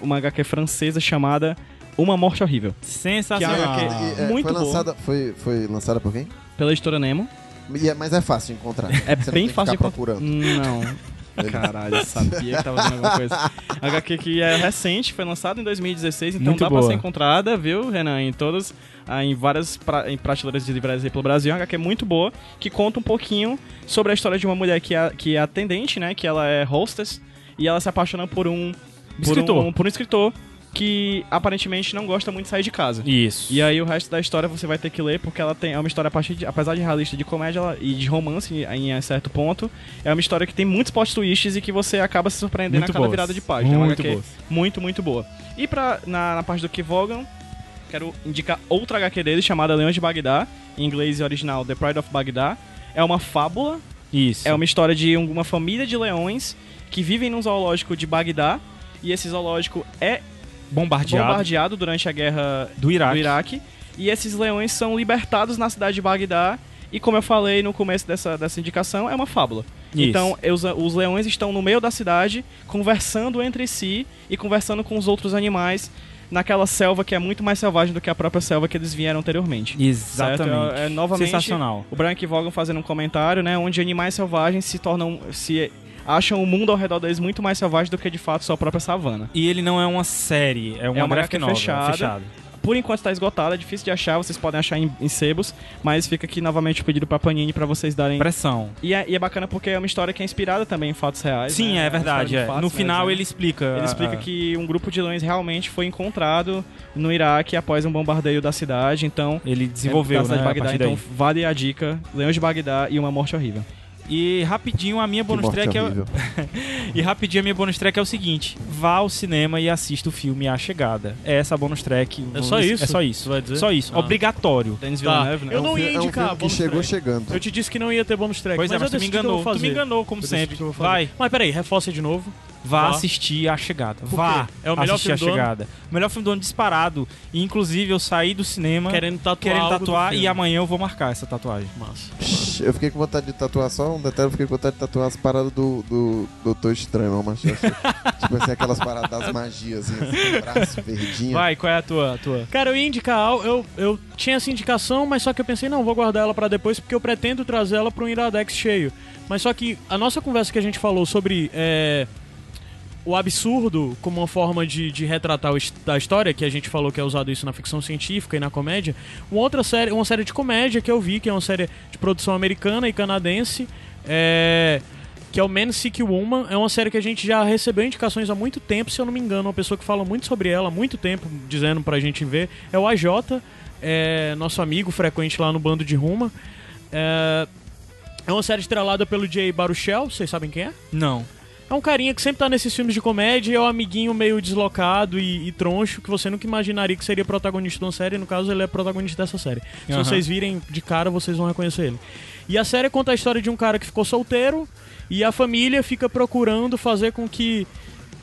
uma HQ francesa chamada Uma Morte Horrível. Ah, Sensacional. Que e, é, muito foi boa. lançada, foi, foi lançada por quem? Pela editora Nemo. E é- mas é fácil de encontrar. É Você não bem tem que fácil ficar de encontrar. procurando. Não. Ele- Caralho, eu sabia que tava dando alguma coisa. HQ que é recente, foi lançado em 2016, então Muito dá boa. pra ser encontrada, viu, Renan? Em todas, ah, em várias pra- em prateleiras de livrarias aí pelo Brasil. É uma HQ muito boa, que conta um pouquinho sobre a história de uma mulher que é, que é atendente, né? Que ela é hostess, e ela se apaixona por um... por Escritor. um- por um escritor que aparentemente não gosta muito de sair de casa. Isso. E aí o resto da história você vai ter que ler, porque ela tem, é uma história, a partir de, apesar de realista de comédia ela- e de romance em, em certo ponto, é uma história que tem muitos plot twists e que você acaba se surpreendendo Muito a cada boas. virada de página. É uma Muito HQ boas. Muito, muito boa. E pra, na, na parte do Kivogan, quero indicar outra HQ dele chamada Leões de Bagdá, em inglês e original The Pride of Bagdá. É uma fábula Isso. é uma história de um- uma família de leões que vivem num zoológico de Bagdá. E esse zoológico é Bombardeado. bombardeado durante a guerra Do Iraque. E esses leões são libertados na cidade de Bagdá. E como eu falei no começo dessa, dessa indicação, é uma fábula. Isso. Então, os, os leões estão no meio da cidade, conversando entre si e conversando com os outros animais naquela selva que é muito mais selvagem do que a própria selva que eles vieram anteriormente. Certo? Exatamente. É, é, novamente, Sensacional. o Brian Vogan fazendo um comentário, né? Onde animais selvagens se tornam. se acham o mundo ao redor deles muito mais selvagem do que de fato sua própria savana. E ele não é uma série, é uma, É uma graphic HQ novel, fechada. fechado. Por enquanto tá esgotada, é difícil de achar, vocês podem achar em, em sebos, mas fica aqui novamente o pedido pra Panini pra vocês darem. Pressão. E é, e é bacana porque é uma história que é inspirada também em fatos reais. Sim, né? é uma verdade. história de é. fatos, no né, final dizendo- ele explica. Ele explica ah, que um grupo de leões realmente foi encontrado no Iraque após um bombardeio da cidade, então. Ele desenvolveu, da né, cidade de a Bagdá, partir então daí. vale a dica: Leões de Bagdá e uma morte horrível. E rapidinho a minha Que bonus morte track é horrível. E rapidinho a minha bonus track é o seguinte: vá ao cinema e assista o filme A Chegada. É essa a bonus track. É só isso? É só isso. Vai dizer? Só isso. Ah. Obrigatório. Denis Tá. Villeneuve, né? Eu É um não fi- ia é um indicar filme que bonus chegou track. chegando. Eu te disse que não ia ter bonus track, Pois mas, é, mas eu tu me decidi que eu enganou. vou Tu fazer. me enganou, como Eu decidi sempre. que eu vou fazer. Vai, Mas peraí, reforça de novo. vá Vá. assistir A Chegada. Vá. quê? É o melhor assistir filme do A Chegada. O melhor filme do ano disparado. E, inclusive, eu saí do cinema querendo, Querendo tatuar. algo do tatuar filme. e amanhã eu vou marcar essa tatuagem. Massa. Psh, Eu fiquei com vontade de tatuar só um detalhe, eu fiquei com vontade de tatuar as paradas do, do Doutor Estranho, não, mas eu achei- tipo assim, aquelas paradas das magias, assim, assim, braço verdinho. um Vai, qual é a tua? a tua? Cara, eu ia indicar, al- eu, eu tinha essa indicação, mas só que eu pensei, não, vou guardar ela pra depois, porque eu pretendo trazer ela para um Iradex cheio. Mas só que a nossa conversa que a gente falou sobre é, o absurdo como uma forma de, de retratar o his- da história, que a gente falou que é usado isso na ficção científica e na comédia, uma outra série, uma série de comédia que eu vi, que é uma série de produção americana e canadense, é, que é o Man Seek Woman. É uma série que a gente já recebeu indicações há muito tempo, se eu não me engano. Uma pessoa que fala muito sobre ela há muito tempo, dizendo pra gente ver, é o AJ, é, nosso amigo frequente lá no Bando de Ruma. É, é uma série estrelada pelo Jay Baruchel, vocês sabem quem é? Não. É um carinha que sempre tá nesses filmes de comédia e é um amiguinho meio deslocado e, e troncho que você nunca imaginaria que seria protagonista de uma série. No caso, ele é protagonista dessa série. Se Aham. vocês virem de cara, vocês vão reconhecer ele. E a série conta a história de um cara que ficou solteiro e a família fica procurando fazer com que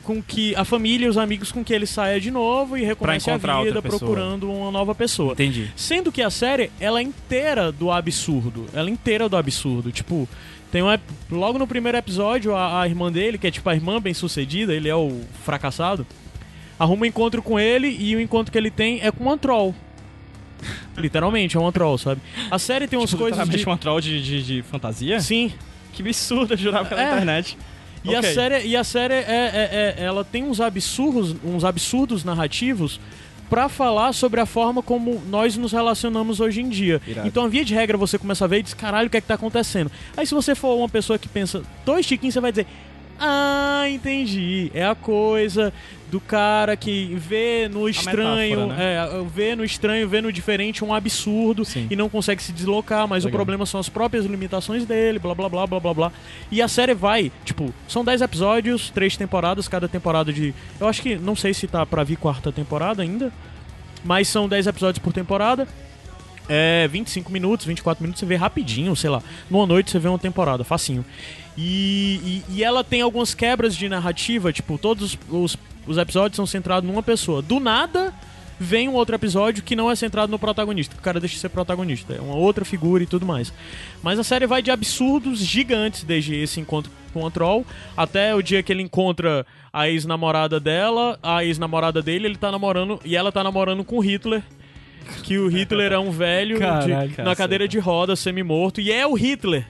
com que a família e os amigos com que ele saia de novo e recomece a encontrar outra vida pessoa. procurando uma nova pessoa. Entendi. Sendo que a série, ela é inteira do absurdo. Ela é inteira do absurdo. Tipo, tem um. ep- Logo no primeiro episódio, a, a irmã dele, que é tipo a irmã bem sucedida, ele é o fracassado, arruma um encontro com ele e o encontro que ele tem é com uma troll. Literalmente, é uma troll, sabe? A série tem umas coisas. Tipo, Literalmente De... uma troll de, de, de fantasia? Sim, Que absurdo, eu jurava que era É. na internet. E a Ok. série, e a série é, é- é- ela tem uns absurdos, uns absurdos narrativos pra falar sobre a forma como nós nos relacionamos hoje em dia. Irado. Então, via de regra, você começa a ver e diz, caralho, o que é que tá acontecendo? Aí se você for uma pessoa que pensa dois tiquinhos, você vai dizer, ah, entendi. É a coisa do cara que vê no estranho, metáfora, né? é, vê no estranho, vê no diferente um absurdo Sim. e não consegue se deslocar, mas o Legal. problema são as próprias limitações dele, blá blá blá blá blá blá. E a série vai, tipo, são 10 episódios, três temporadas, cada temporada de. Eu acho que não sei se tá pra vir quarta temporada ainda, mas são 10 episódios por temporada. É, 25 minutos, 24 minutos, você vê rapidinho, sei lá. Numa noite você vê uma temporada, facinho. E, e, e ela tem algumas quebras de narrativa, tipo, todos os, os episódios são centrados numa pessoa. Do nada, vem um outro episódio que não é centrado no protagonista, que o cara deixa de ser protagonista, é uma outra figura e tudo mais. Mas a série vai de absurdos gigantes, desde esse encontro com o Troll até o dia que ele encontra a ex-namorada dela, a ex-namorada dele, ele tá namorando e ela tá namorando com o Hitler. Que o Hitler é um velho de- Caralho, na caceta. cadeira de roda, semi-morto, e é o Hitler.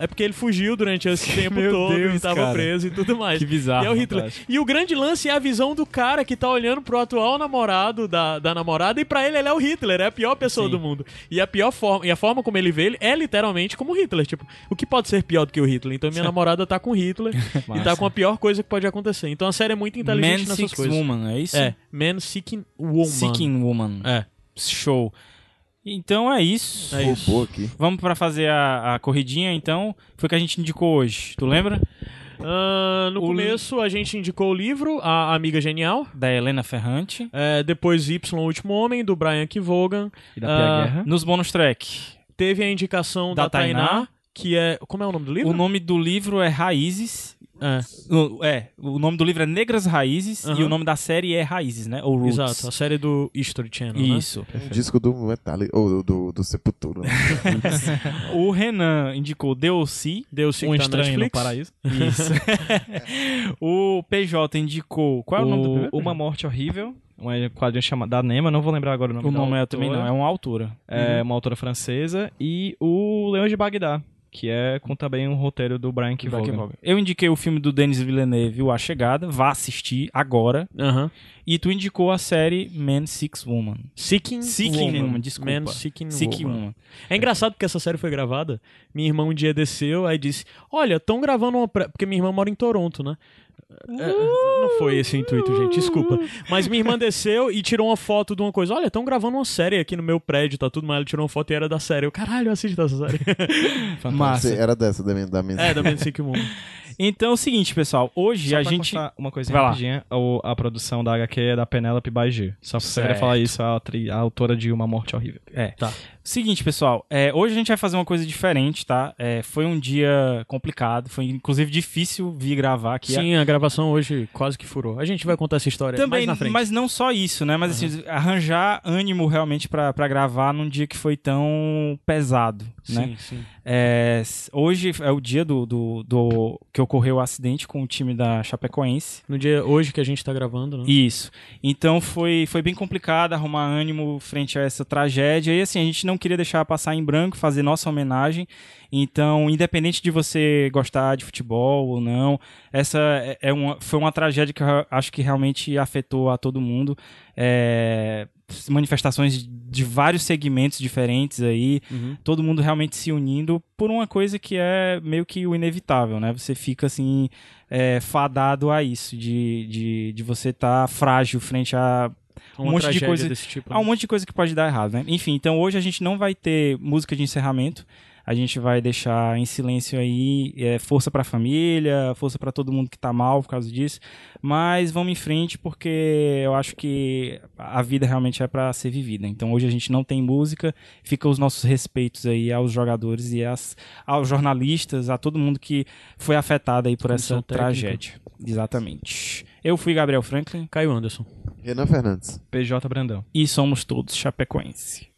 É porque ele fugiu durante esse tempo Meu todo Deus, e tava cara. preso e tudo mais. Que bizarro, E é o Hitler. fantástico. E o grande lance é a visão do cara que tá olhando pro atual namorado da, da namorada e pra ele ele é o Hitler, é a pior pessoa do mundo. E a pior forma, e a forma como ele vê ele é literalmente como Hitler, tipo, o que pode ser pior do que o Hitler? Então minha namorada tá com Hitler e tá Massa. com a pior coisa que pode acontecer. Então a série é muito inteligente Man nessas Seeks coisas. Woman, é isso? É, Man Seeking Woman. Seeking Woman. É. Show. Então é isso. É isso. Roubou aqui. um Vamos pra fazer a, a corridinha, então. Foi o que a gente indicou hoje. Tu lembra? Ah, no O li- começo a gente indicou o livro A Amiga Genial, Da Helena Ferrante. é, depois Y, O Último Homem, do Brian Kivogan. E da Pia Ah, Guerra. Nos bonus track. Teve a indicação da, Da Tainá, Tainá. que é... Como é o nome do livro? O nome do livro é Raízes. É, O- É, o nome do livro é Negras Raízes Aham. e o nome da série é Raízes, né? Ou Roots. exato, a série do History Channel, né? Isso. Um disco do Metallica, ou do, do, do Sepultura. né? O Renan indicou Deossi. Deu cinco Um tá na estranho no Netflix. paraíso. Isso. o PJ indicou. Qual é o nome do primeiro? Uma Morte Horrível. é Um quadrinho chamado da Nema, não vou lembrar agora o nome O da nome é, autora. também não, é uma autora. É uma autora francesa. E o Leão de Bagdá, que é com também um roteiro do Brian Que vai, que Kivogan. vai. Eu indiquei o filme do Denis Villeneuve, O A Chegada. Vá assistir agora. Aham. E tu indicou a série Man Six Woman. Seeking, Seeking Woman. Woman, desculpa. Man Seeking, Six Woman. Woman. É engraçado porque essa série foi gravada. Minha irmã um dia desceu, aí disse: Olha, estão gravando uma. Pré... Porque minha irmã mora em Toronto, né? É, não foi esse o intuito, gente, desculpa. Mas minha irmã desceu e tirou uma foto de uma coisa. Olha, estão gravando uma série aqui no meu prédio, tá tudo mal. Ela tirou uma foto e era da série. Eu, caralho, eu assisto essa série. Você Massa. era dessa da, men- da mensagem. é, da Man Sick Moon. Então é o seguinte, pessoal. Hoje Só a pra gente. contar uma coisa Vai lá. rapidinha, o- a produção da HQ é da Penélope Baiju. Só se você queria Certo. falar isso, a, atri- a autora de Uma Morte Horrível. É. Tá. Seguinte, pessoal, é, hoje a gente vai fazer uma coisa diferente, tá? É, foi um dia complicado, foi inclusive difícil vir gravar aqui. Sim, a gravação hoje quase que furou. A gente vai contar essa história Também, mais na frente. mas não só isso, né? Mas assim, arranjar ânimo realmente pra pra gravar num dia que foi tão pesado, né? Sim, sim. É, s- hoje é o dia do, do, do- que ocorreu o acidente com o time da Chapecoense. No dia hoje que a gente tá gravando, né? Isso. Então foi, foi bem complicado arrumar ânimo frente a essa tragédia. E assim, a gente não queria deixar passar em branco, fazer nossa homenagem. Então, independente de você gostar de futebol ou não, essa é- é uma, foi uma tragédia que eu acho que realmente afetou a todo mundo. É, manifestações de vários segmentos diferentes aí, todo mundo realmente se unindo por uma coisa que é meio que o inevitável, né? Você fica assim é, fadado a isso, de, de, de você estar frágil frente a, Um monte de tragédia coisa- desse tipo. a um monte de coisa que pode dar errado, né? Enfim, então hoje a gente não vai ter música de encerramento. A gente vai deixar em silêncio aí é, força pra família, força pra todo mundo que tá mal por causa disso. Mas vamos em frente porque eu acho que a vida realmente é pra ser vivida. Então hoje a gente não tem música, fica os nossos respeitos aí aos jogadores e às, aos jornalistas, a todo mundo que foi afetado aí por Comissão essa técnica. tragédia. Exatamente. Eu fui Gabriel Franklin Caio Anderson. Renan Fernandes. PJ Brandão. e somos todos chapecoense.